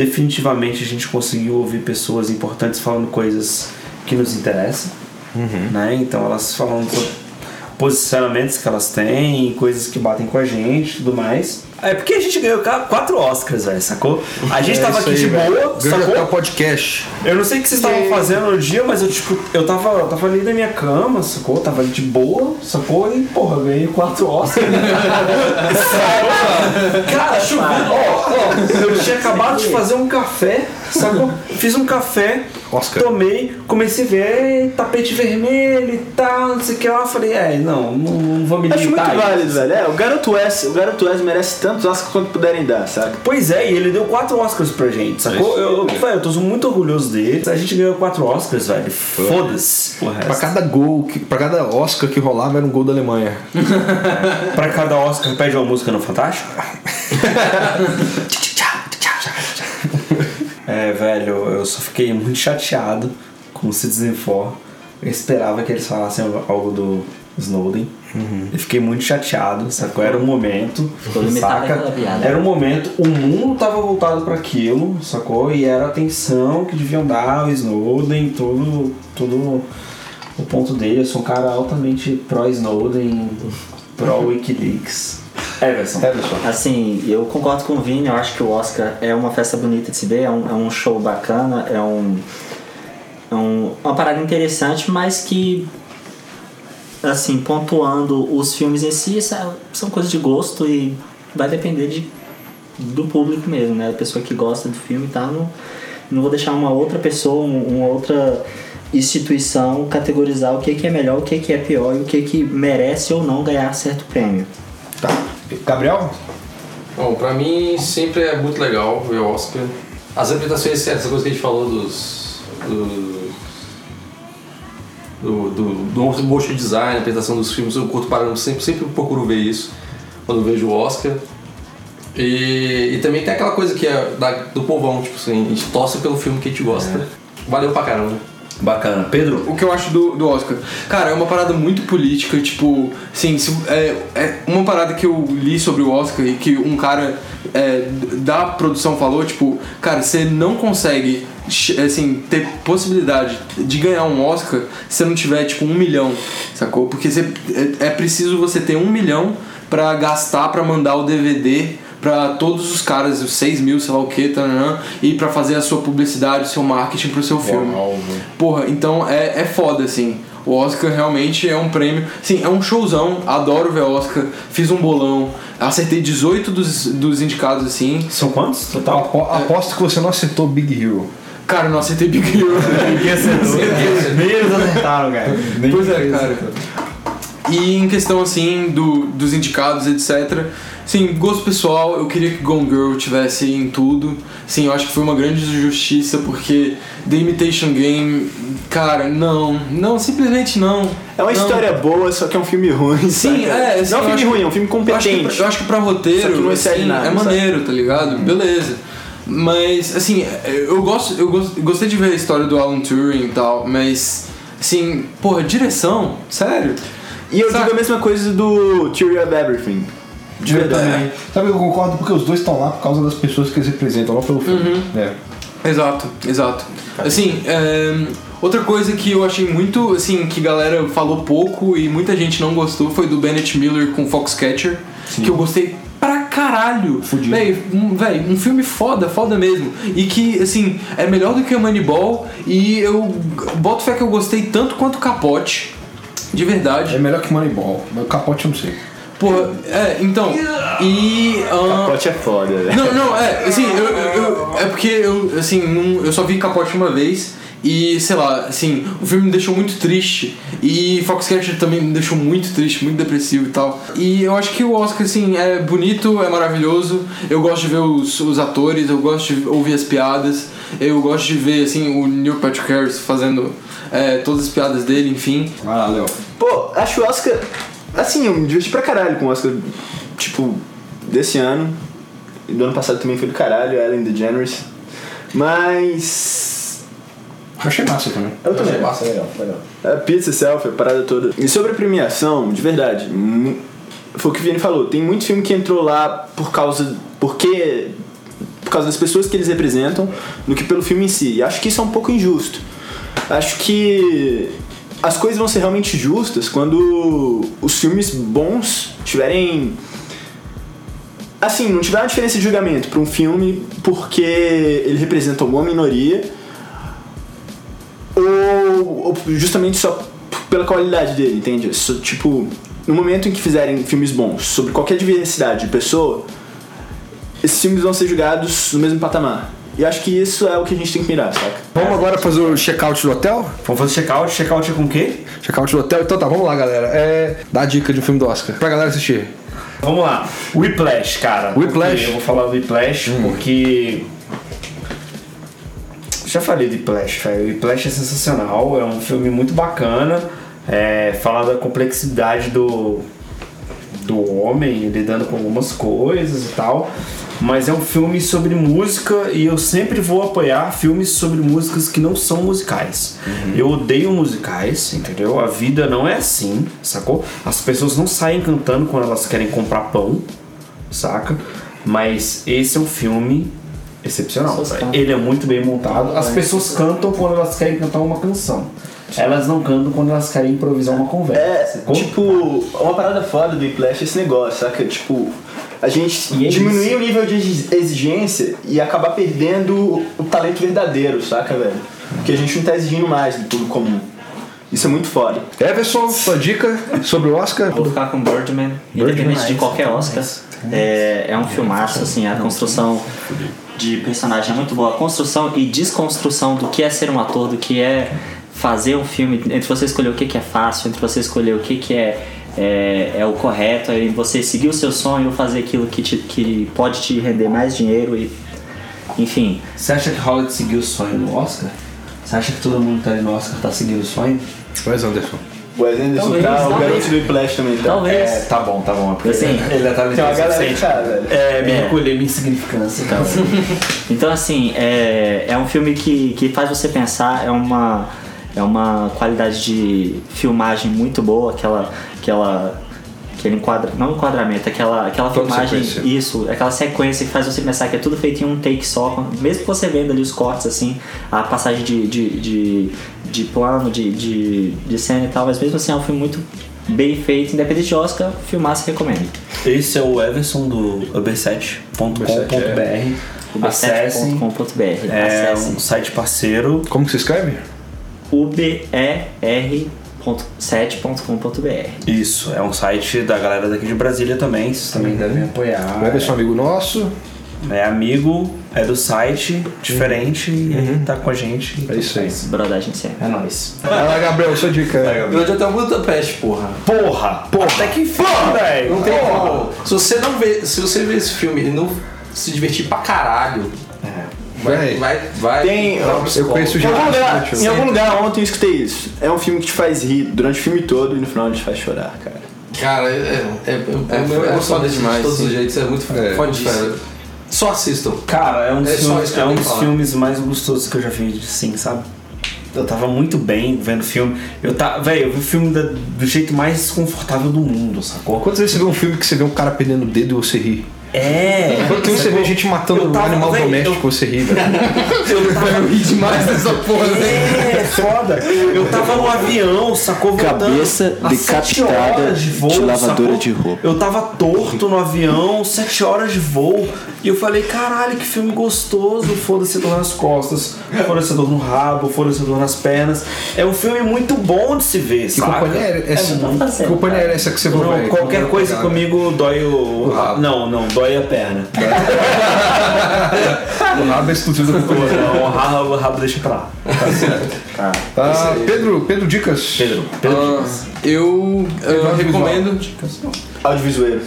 Speaker 7: definitivamente a gente conseguiu ouvir pessoas importantes falando coisas que nos interessam. Né? Então elas falando sobre posicionamentos que elas têm, coisas que batem com a gente e tudo mais. É porque a gente ganhou ca- quatro Oscars, velho, sacou? A gente tava aqui de boa, sacou?
Speaker 4: podcast.
Speaker 7: Eu não sei o que vocês estavam fazendo no dia, mas eu tipo, eu tava, eu tava ali na minha cama, sacou? Eu tava ali de boa, sacou? E porra, eu ganhei quatro Oscars. Cara, choveu. Ó, ó, eu tinha acabado de fazer um café, sacou? Fiz um café,
Speaker 4: Oscar.
Speaker 7: tomei, comecei a ver "Ei, tapete vermelho e tal, não sei o que lá. Eu Falei, é, não, não, não vou me
Speaker 6: Acho muito
Speaker 3: Tá,
Speaker 7: limitar. a isso.
Speaker 6: válido, velho. É, o Garoto S, o Garoto S merece tantos Oscars quanto puderem dar, saca?
Speaker 7: Pois é, e ele deu quatro Oscars pra gente, sacou? Eu, eu, velho, eu tô muito orgulhoso dele. A gente ganhou quatro Oscars, velho. Foda-se. o
Speaker 4: Pra
Speaker 7: resto.
Speaker 4: cada gol, que- pra cada Oscar que rolava era um gol da Alemanha.
Speaker 7: Pra cada Oscar pede uma música no Fantástico? é, velho, eu só fiquei muito chateado com o Citizen Four. Eu esperava que eles falassem algo do Snowden. Eu fiquei muito chateado, sacou? Era um momento,
Speaker 5: limitado àquela
Speaker 7: saca?
Speaker 5: piada.
Speaker 7: Era um momento, o mundo tava voltado pra aquilo, sacou? E era a atenção que deviam dar ao Snowden, todo, todo o ponto dele. Eu sou um cara altamente pró-Snowden, pró-Wikileaks. Everson. Everson.
Speaker 5: Assim, eu concordo com o Vini, eu acho que o Oscar é uma festa bonita de se ver, é um, é um show bacana, é um, é um- uma parada interessante, mas que, assim, pontuando os filmes em si, sa- são coisas de gosto e vai depender de, do público mesmo, né? A pessoa que gosta do filme e tal, não, não vou deixar uma outra pessoa, um- uma outra instituição categorizar o que, que é melhor, o que, que é pior e o que, que merece ou não ganhar certo prêmio.
Speaker 4: Tá. Gabriel?
Speaker 1: Bom, pra mim sempre é muito legal ver o Oscar. As apresentações, essa coisa que a gente falou dos. dos- do, do, do motion design, apresentação dos filmes, eu curto parando, sempre, sempre procuro ver isso quando vejo o Oscar. E, e também tem aquela coisa que é da- do povão, tipo assim, a gente torce pelo filme que a gente gosta.
Speaker 6: É.
Speaker 1: Valeu pra caramba.
Speaker 7: Bacana. Pedro?
Speaker 3: o que eu acho do, do Oscar. Cara, é uma parada muito política, tipo, assim, se- é, é uma parada que eu li sobre o Oscar e que um cara é, da produção falou, tipo, cara, você não consegue ch- assim, ter possibilidade de ganhar um Oscar se não tiver, tipo, um milhão, sacou? Porque você, é, é preciso você ter um milhão pra gastar, pra mandar o DVD pra todos os caras, os 6 mil, sei lá o que, tananã, e pra fazer a sua publicidade, o seu marketing pro seu filme. Porra, então é, é foda, assim. O Oscar realmente é um prêmio. Sim, é um showzão. Adoro ver Oscar. Fiz um bolão. Acertei 18 dos, dos indicados, assim.
Speaker 7: São quantos total?
Speaker 4: Apo- aposto que você não acertou Big Hero.
Speaker 3: Cara, não acertei Big Hero.
Speaker 7: Ninguém acertou. Menos acertaram, cara.
Speaker 3: pois é, cara. E em questão, assim, do, dos indicados, etc. Sim, gosto pessoal, eu queria que Gone Girl tivesse em tudo. Sim, eu acho que foi uma grande injustiça, porque The Imitation Game, cara, não, não, simplesmente não.
Speaker 6: É uma
Speaker 3: Não.
Speaker 6: história boa, só que é um filme ruim.
Speaker 3: Sim,
Speaker 6: saca?
Speaker 3: é, assim, eu
Speaker 6: não é um filme
Speaker 3: acho
Speaker 6: ruim,
Speaker 3: que-
Speaker 6: é
Speaker 3: eu
Speaker 6: um filme
Speaker 3: acho que
Speaker 6: competente.
Speaker 3: pra- Eu acho que pra roteiro
Speaker 6: Só que não
Speaker 3: assim,
Speaker 6: excede nada,
Speaker 3: é
Speaker 6: sabe? Hum.
Speaker 3: maneiro, tá ligado? Beleza. Mas, assim, eu gosto, eu gosto, gostei de ver a história do Alan Turing e tal, mas, assim, porra, direção? Sério?
Speaker 6: E eu
Speaker 3: Saca?
Speaker 6: digo a mesma coisa do Theory of Everything. De verdade.
Speaker 4: Também. Sabe, eu concordo porque os dois estão lá por causa das pessoas que eles representam lá pelo filme. né?
Speaker 3: Exato, exato. Assim, é, outra coisa que eu achei muito, assim, que a galera falou pouco e muita gente não gostou foi do Bennett Miller com Foxcatcher, que eu gostei pra caralho. Fudido. Véi, um, véi, um filme foda, foda mesmo. E que, assim, é melhor do que o Moneyball e eu boto fé que eu gostei tanto quanto Capote, de verdade.
Speaker 4: É melhor que Moneyball. Mas o capote eu não sei.
Speaker 3: Porra, é, então, e... ahn,
Speaker 6: Pote é foda, velho.
Speaker 3: não, não, é, assim, eu, eu- eu- é porque eu, assim, não- eu só vi Capote uma vez e, sei lá, assim, o filme me deixou muito triste e Foxcatcher também me deixou muito triste, muito depressivo e tal. E eu acho que o Oscar, assim, é bonito, é maravilhoso, eu gosto de ver os, os atores, eu gosto de ouvir as piadas, eu gosto de ver, assim, o Neil Patrick Harris fazendo é, todas as piadas dele, enfim.
Speaker 4: Vai lá, Léo.
Speaker 6: Pô, acho o Oscar. Assim, eu me diverti pra caralho com o Oscar, tipo, desse ano. E do ano passado também foi do caralho, Ellen DeGeneres. Mas.
Speaker 4: Eu achei massa também.
Speaker 6: Eu também.
Speaker 4: massa, legal, legal.
Speaker 6: A pizza selfie, a é parada toda. E sobre a premiação, de verdade, mu- foi o que o Vianney falou. Tem muito filme que entrou lá por causa. porque. por causa das pessoas que eles representam, do que pelo filme em si. E acho que isso é um pouco injusto. Acho que. as coisas vão ser realmente justas quando os filmes bons tiverem. Assim, não tiver uma diferença de julgamento para um filme porque ele representa alguma minoria ou, ou justamente só p- pela qualidade dele, entende? Só, tipo, no momento em que fizerem filmes bons sobre qualquer diversidade de pessoa, esses filmes vão ser julgados no mesmo patamar. E acho que isso é o que a gente tem que mirar, saca?
Speaker 4: Vamos agora fazer o check-out do hotel?
Speaker 7: Vamos fazer check-out. Check-out é com o quê?
Speaker 4: Check-out do hotel? Então tá, vamos lá, galera. É. Dá a dica de um filme do Oscar. Pra galera assistir.
Speaker 7: Vamos lá. Whiplash, Hum. cara.
Speaker 4: Whiplash?
Speaker 7: Porque Eu vou falar do Whiplash porque. Já falei do Whiplash, velho. O Whiplash é sensacional, é um filme muito bacana. É, fala da complexidade do, do homem lidando com algumas coisas e tal. Mas é um filme sobre música e eu sempre vou apoiar filmes sobre músicas que não são musicais. Eu odeio musicais, entendeu? A vida não é assim, sacou? As pessoas não saem cantando quando elas querem comprar pão, saca? Mas esse é um filme excepcional.
Speaker 5: Pessoas
Speaker 7: velho.
Speaker 5: cantam.
Speaker 7: Ele é muito bem montado. As pessoas cantam quando elas querem cantar uma canção. Elas não cantam quando elas querem improvisar uma
Speaker 6: É,
Speaker 7: conversa. sacou?
Speaker 6: tipo, uma parada foda do Whiplash é esse negócio, saca? Tipo, a gente
Speaker 7: E é
Speaker 6: diminuir
Speaker 7: isso.
Speaker 6: o nível de exi- exigência e acabar perdendo o- o talento verdadeiro, saca, velho? Porque a gente não tá exigindo mais do público comum. Isso é muito foda.
Speaker 4: Everson, sua dica sobre o Oscar?
Speaker 5: Vou ficar com Birdman, então, independente de qualquer Oscar. É, é um filmaço, assim, a construção de personagem é muito boa. A construção e desconstrução do que é ser um ator, do que é fazer um filme, entre você escolher o que, que é fácil, entre você escolher o que, que é, é, é o correto, aí você seguir o seu sonho ou fazer aquilo que, te- que pode te render mais dinheiro e. Enfim.
Speaker 7: Você acha que Hollywood seguiu o sonho no Oscar? Você acha que todo mundo que tá ali no Oscar tá seguindo o sonho?
Speaker 4: Mas Anderson.
Speaker 6: O Wes Anderson
Speaker 5: Talvez,
Speaker 6: tá, o
Speaker 5: talvez.
Speaker 6: garoto do Whiplash também tá.
Speaker 5: Talvez.
Speaker 7: tá bom, tá bom. é porque
Speaker 5: Assim,
Speaker 7: ele tá
Speaker 6: Tem uma galera que tá, velho.
Speaker 7: É, me
Speaker 5: É.
Speaker 7: recolher minha insignificância, cara.
Speaker 5: Então, assim, é, é um filme que, que faz você pensar, é uma, é uma qualidade de filmagem muito boa, aquela. aquela aquele enquadra, não enquadramento, aquela, aquela
Speaker 4: Plano
Speaker 5: filmagem,
Speaker 4: sequência.
Speaker 5: isso, aquela sequência que faz você pensar que é tudo feito em um take só, mesmo que você vendo ali os cortes, assim, a passagem de, de, de, de plano, de, de, de cena e tal, mas mesmo assim é um filme muito bem feito, independente de Oscar, filmar se recomendo.
Speaker 7: Esse é o Everson do uber7.com.br. Acessem.
Speaker 5: Uber7.com.br.
Speaker 7: É
Speaker 5: Acessem.
Speaker 7: um site parceiro.
Speaker 4: Como que se escreve?
Speaker 5: uber7.com.br.
Speaker 7: Isso, é um site da galera daqui de Brasília também. Vocês também devem apoiar.
Speaker 4: O Everson é um amigo nosso.
Speaker 7: É amigo, é do site, diferente, e aí tá com a gente.
Speaker 4: É isso aí.
Speaker 5: Brodagem sempre.
Speaker 2: É nóis.
Speaker 4: Vai lá, Gabriel, sua dica.
Speaker 1: Eu já tenho Tá muito peste, porra.
Speaker 2: Porra! Porra! Até que enfim, velho!
Speaker 1: Não tem como. Se você não vê, se você vê esse filme e não se divertir pra caralho, vai,
Speaker 4: Véi.
Speaker 1: vai, vai.
Speaker 6: Tem-
Speaker 1: vai pro
Speaker 4: Eu
Speaker 1: psicólogo.
Speaker 4: conheço o
Speaker 6: Em algum,
Speaker 4: Gerardo né,
Speaker 6: lugar,
Speaker 4: Sutil.
Speaker 6: em algum lugar ontem eu escutei isso. É um filme que te faz rir durante o filme todo e no final ele te faz chorar, cara.
Speaker 1: Cara, é, é, é, é,
Speaker 3: foda
Speaker 1: é, foda demais.
Speaker 3: demais,
Speaker 1: De todos
Speaker 3: sim.
Speaker 1: os jeitos, é muito
Speaker 4: É.
Speaker 1: foda. cara. Só assistam.
Speaker 7: Cara, é um dos,
Speaker 1: É só
Speaker 7: filmes,
Speaker 1: isso que eu
Speaker 7: é um
Speaker 1: tenho
Speaker 7: dos
Speaker 1: que falar.
Speaker 7: filmes mais gostosos que eu já vi, sim, sabe? Eu tava muito bem vendo o filme. Eu tá, velho, eu vi o filme da- do jeito mais desconfortável do mundo, sacou?
Speaker 4: Quantas vezes você vê um filme que você vê um cara perdendo o dedo e você ri?
Speaker 7: É.
Speaker 4: Quantas vezes você vê gente matando
Speaker 7: Eu
Speaker 4: um
Speaker 7: tava-
Speaker 4: animal
Speaker 7: véi,
Speaker 4: doméstico e você ri, velho?
Speaker 7: Eu tava
Speaker 6: Demais dessa porra,
Speaker 7: É, foda. Eu tava no avião, sacou? Voltando
Speaker 6: Cabeça
Speaker 7: às sete
Speaker 6: decapitada
Speaker 7: horas
Speaker 6: de lavadora de roupa.
Speaker 7: Eu tava torto no avião, sete horas de voo. E eu falei, caralho, que filme gostoso. Foda-se dor nas costas, foda-se dor no rabo, foda-se dor nas pernas. É um filme muito bom de se ver,
Speaker 4: Que
Speaker 7: saca?
Speaker 4: companhia era é essa?
Speaker 5: muito
Speaker 4: Que
Speaker 5: sério,
Speaker 4: companhia
Speaker 5: cara.
Speaker 4: era é essa que você
Speaker 7: Não,
Speaker 4: vai?
Speaker 7: qualquer coisa comigo dói o.
Speaker 4: rabo.
Speaker 7: Não, não, dói a perna.
Speaker 4: O rabo é exclusivo da companhia.
Speaker 7: Não, o rabo, o rabo deixa pra lá.
Speaker 4: Ah, Pedro, Pedro Dicas.
Speaker 7: Pedro, Pedro.
Speaker 3: Ah, eu ah,
Speaker 4: Audiovisual.
Speaker 3: recomendo
Speaker 6: Audiovisueiro.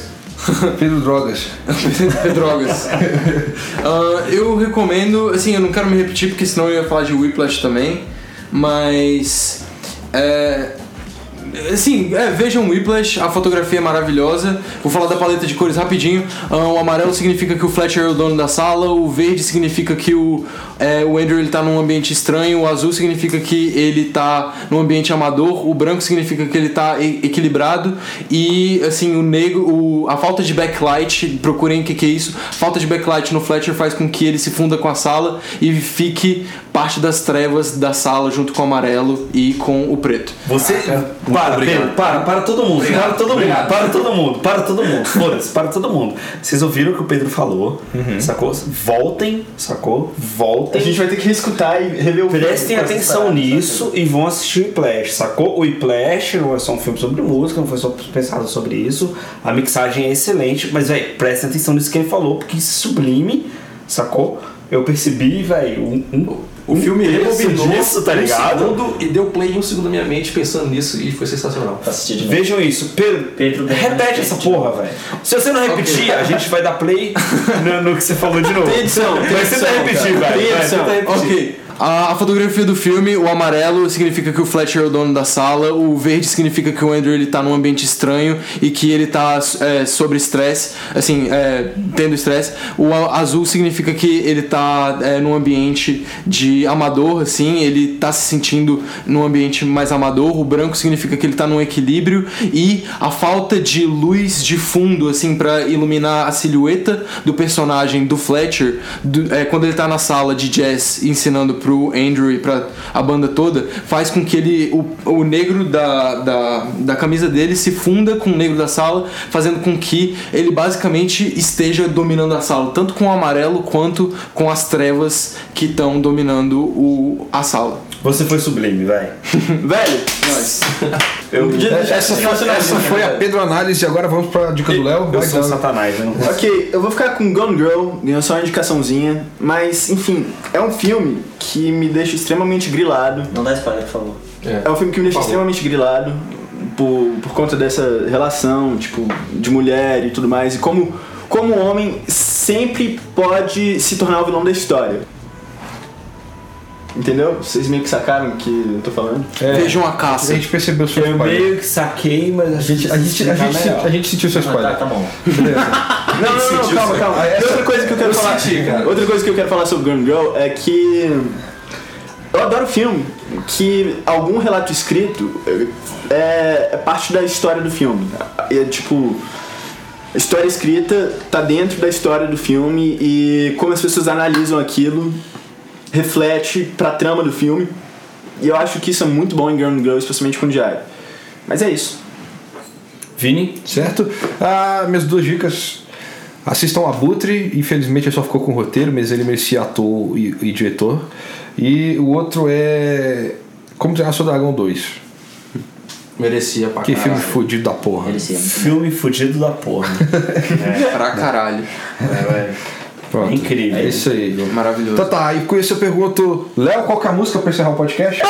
Speaker 4: Pedro Drogas.
Speaker 3: drogas. Ah, eu recomendo, assim, eu não quero me repetir porque senão eu ia falar de Whiplash também, mas é, Assim, é, vejam Whiplash, a fotografia é maravilhosa. Vou falar da paleta de cores rapidinho. Ah, o amarelo significa que o Fletcher é o dono da sala, o verde significa que o, é, o Andrew ele tá num ambiente estranho, o azul significa que ele tá num ambiente amador, o branco significa que ele tá e- equilibrado e assim, o negro, o- a falta de backlight, procurem o que, que é isso. Falta de backlight no Fletcher faz com que ele se funda com a sala e fique parte das trevas da sala junto com o amarelo e com o preto.
Speaker 7: Você. para,
Speaker 3: obrigado.
Speaker 7: Pedro, para, para todo mundo. para todo mundo, para todo mundo, para todo mundo. Foda-se, para todo mundo. Vocês ouviram o que o Pedro falou, sacou? Voltem, sacou?
Speaker 6: A
Speaker 7: Voltem.
Speaker 6: gente vai ter que reescutar e rever o filme
Speaker 7: Prestem
Speaker 6: pra
Speaker 7: atenção
Speaker 6: separar,
Speaker 7: nisso e vão assistir o Whiplash, sacou? O Whiplash não é só um filme sobre música, não foi só pensado sobre isso. A mixagem é excelente, mas, véi, prestem atenção nisso que ele falou, porque isso é sublime, sacou? Eu percebi, véi, um, um,
Speaker 1: O filme
Speaker 7: um terço
Speaker 1: rebobinou
Speaker 7: disso, tá
Speaker 1: um
Speaker 7: ligado?
Speaker 1: segundo e deu play em um segundo na minha mente pensando nisso e foi sensacional.
Speaker 5: Assistir de novo.
Speaker 7: Vejam isso, Pedro.
Speaker 5: Pedro
Speaker 7: repete
Speaker 5: Bernardes.
Speaker 7: essa porra, velho. Se você não repetir, a gente vai dar play no, no que você falou de novo.
Speaker 6: edição, tem
Speaker 7: Mas tenta
Speaker 6: edição,
Speaker 7: repetir,
Speaker 6: cara.
Speaker 7: velho.
Speaker 6: Tem
Speaker 7: Vai,
Speaker 6: edição.
Speaker 7: tenta repetir.
Speaker 3: Ok. A, a fotografia do filme, o amarelo significa que o Fletcher é o dono da sala, o verde significa que o Andrew ele tá num ambiente estranho e que ele tá é, sobre estresse, assim, é, tendo estresse. O a- azul significa que ele tá é, num ambiente de amador, assim, ele tá se sentindo num ambiente mais amador. O branco significa que ele tá num equilíbrio e a falta de luz de fundo, assim, pra iluminar a silhueta do personagem do Fletcher, do- é, quando ele tá na sala de jazz ensinando pro Andrew e pra a banda toda, faz com que ele, o, o negro da, da, da camisa dele se funda com o negro da sala, fazendo com que ele basicamente esteja dominando a sala, tanto com o amarelo quanto com as trevas que estão dominando o, a sala.
Speaker 7: Você foi sublime, velho.
Speaker 6: sabe? Velho,
Speaker 7: Eu,
Speaker 4: Essa foi, essa foi a Pedro Análise. Agora vamos pra dica do Léo.
Speaker 7: eu
Speaker 4: Vai
Speaker 7: sou um
Speaker 4: dando.
Speaker 7: satanás, eu não consigo.
Speaker 6: ok, eu vou ficar com Gone Girl, ganhou só uma indicaçãozinha, mas enfim, é um filme que me deixa extremamente grilado.
Speaker 5: Não dá spoiler, por favor.
Speaker 6: É um filme que me deixa
Speaker 1: Por favor.
Speaker 6: extremamente grilado por, por conta dessa relação, tipo, de mulher e tudo mais, e como, como o homem sempre pode se tornar o vilão da história. Entendeu? Vocês meio que sacaram o que eu tô falando?
Speaker 1: É.
Speaker 3: Vejam a
Speaker 4: É, A
Speaker 3: caça.
Speaker 4: gente percebeu seu
Speaker 7: Eu
Speaker 4: spoiler.
Speaker 7: meio que saquei, mas
Speaker 4: A gente, a, gente, a, gente, se- a gente sentiu seu
Speaker 5: Ah, tá,
Speaker 4: spoiler.
Speaker 5: tá bom.
Speaker 6: Não, não, não, calma, calma. Tem outra coisa que Ah, eu quero falar. Outra coisa que eu quero falar sobre Gone Girl é que eu adoro filme que algum relato escrito é, é parte da história do filme. É tipo a história escrita tá dentro da história do filme e como as pessoas analisam aquilo reflete pra trama do filme. E eu acho que isso é muito bom em Gone Girl, especialmente com o Diário. Mas é isso.
Speaker 7: Vini,
Speaker 4: Certo? Ah, minhas duas dicas. Assistam Abutre, infelizmente ele só ficou com o roteiro, mas ele merecia ator e, e diretor. E o outro é. Como treinar seu dragão 2.
Speaker 1: Merecia pra
Speaker 10: Ah,
Speaker 4: Que
Speaker 1: caralho.
Speaker 4: filme fudido da porra.
Speaker 5: Merecia.
Speaker 7: filme fudido da porra.
Speaker 3: Pra caralho.
Speaker 7: É, velho.
Speaker 4: Pronto.
Speaker 10: É incrível.
Speaker 4: É isso aí.
Speaker 3: Maravilhoso.
Speaker 4: Então tá, e com isso eu pergunto, Léo, qual que é a música pra encerrar o podcast?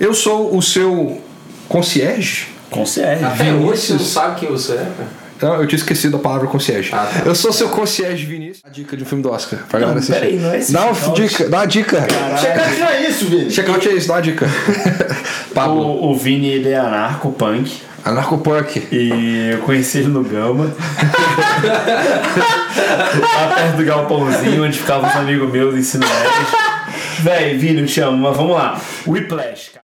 Speaker 4: Eu sou o seu concierge?
Speaker 10: Concierge.
Speaker 1: Até hoje você não sabe quem você é, cara.
Speaker 4: Não, Ah, eu tinha esquecido a palavra concierge.
Speaker 1: Ah, tá.
Speaker 4: Eu sou seu concierge, Vinícius. A dica de um filme do Oscar. Pra galera assistir.
Speaker 10: peraí, não é esse
Speaker 4: Dá uma
Speaker 10: Checkout.
Speaker 4: dica, dá uma dica.
Speaker 6: Checkout não é isso, velho.
Speaker 4: Checkout é isso, dá uma dica. Pablo,
Speaker 10: O, o Vini, ele é anarco-punk.
Speaker 4: anarcopunk.
Speaker 10: E eu conheci ele no Gama. lá perto do galpãozinho, onde ficavam os amigos meus ensinando. Véi, Vini, eu te amo, mas vamos lá. Whiplash, cara.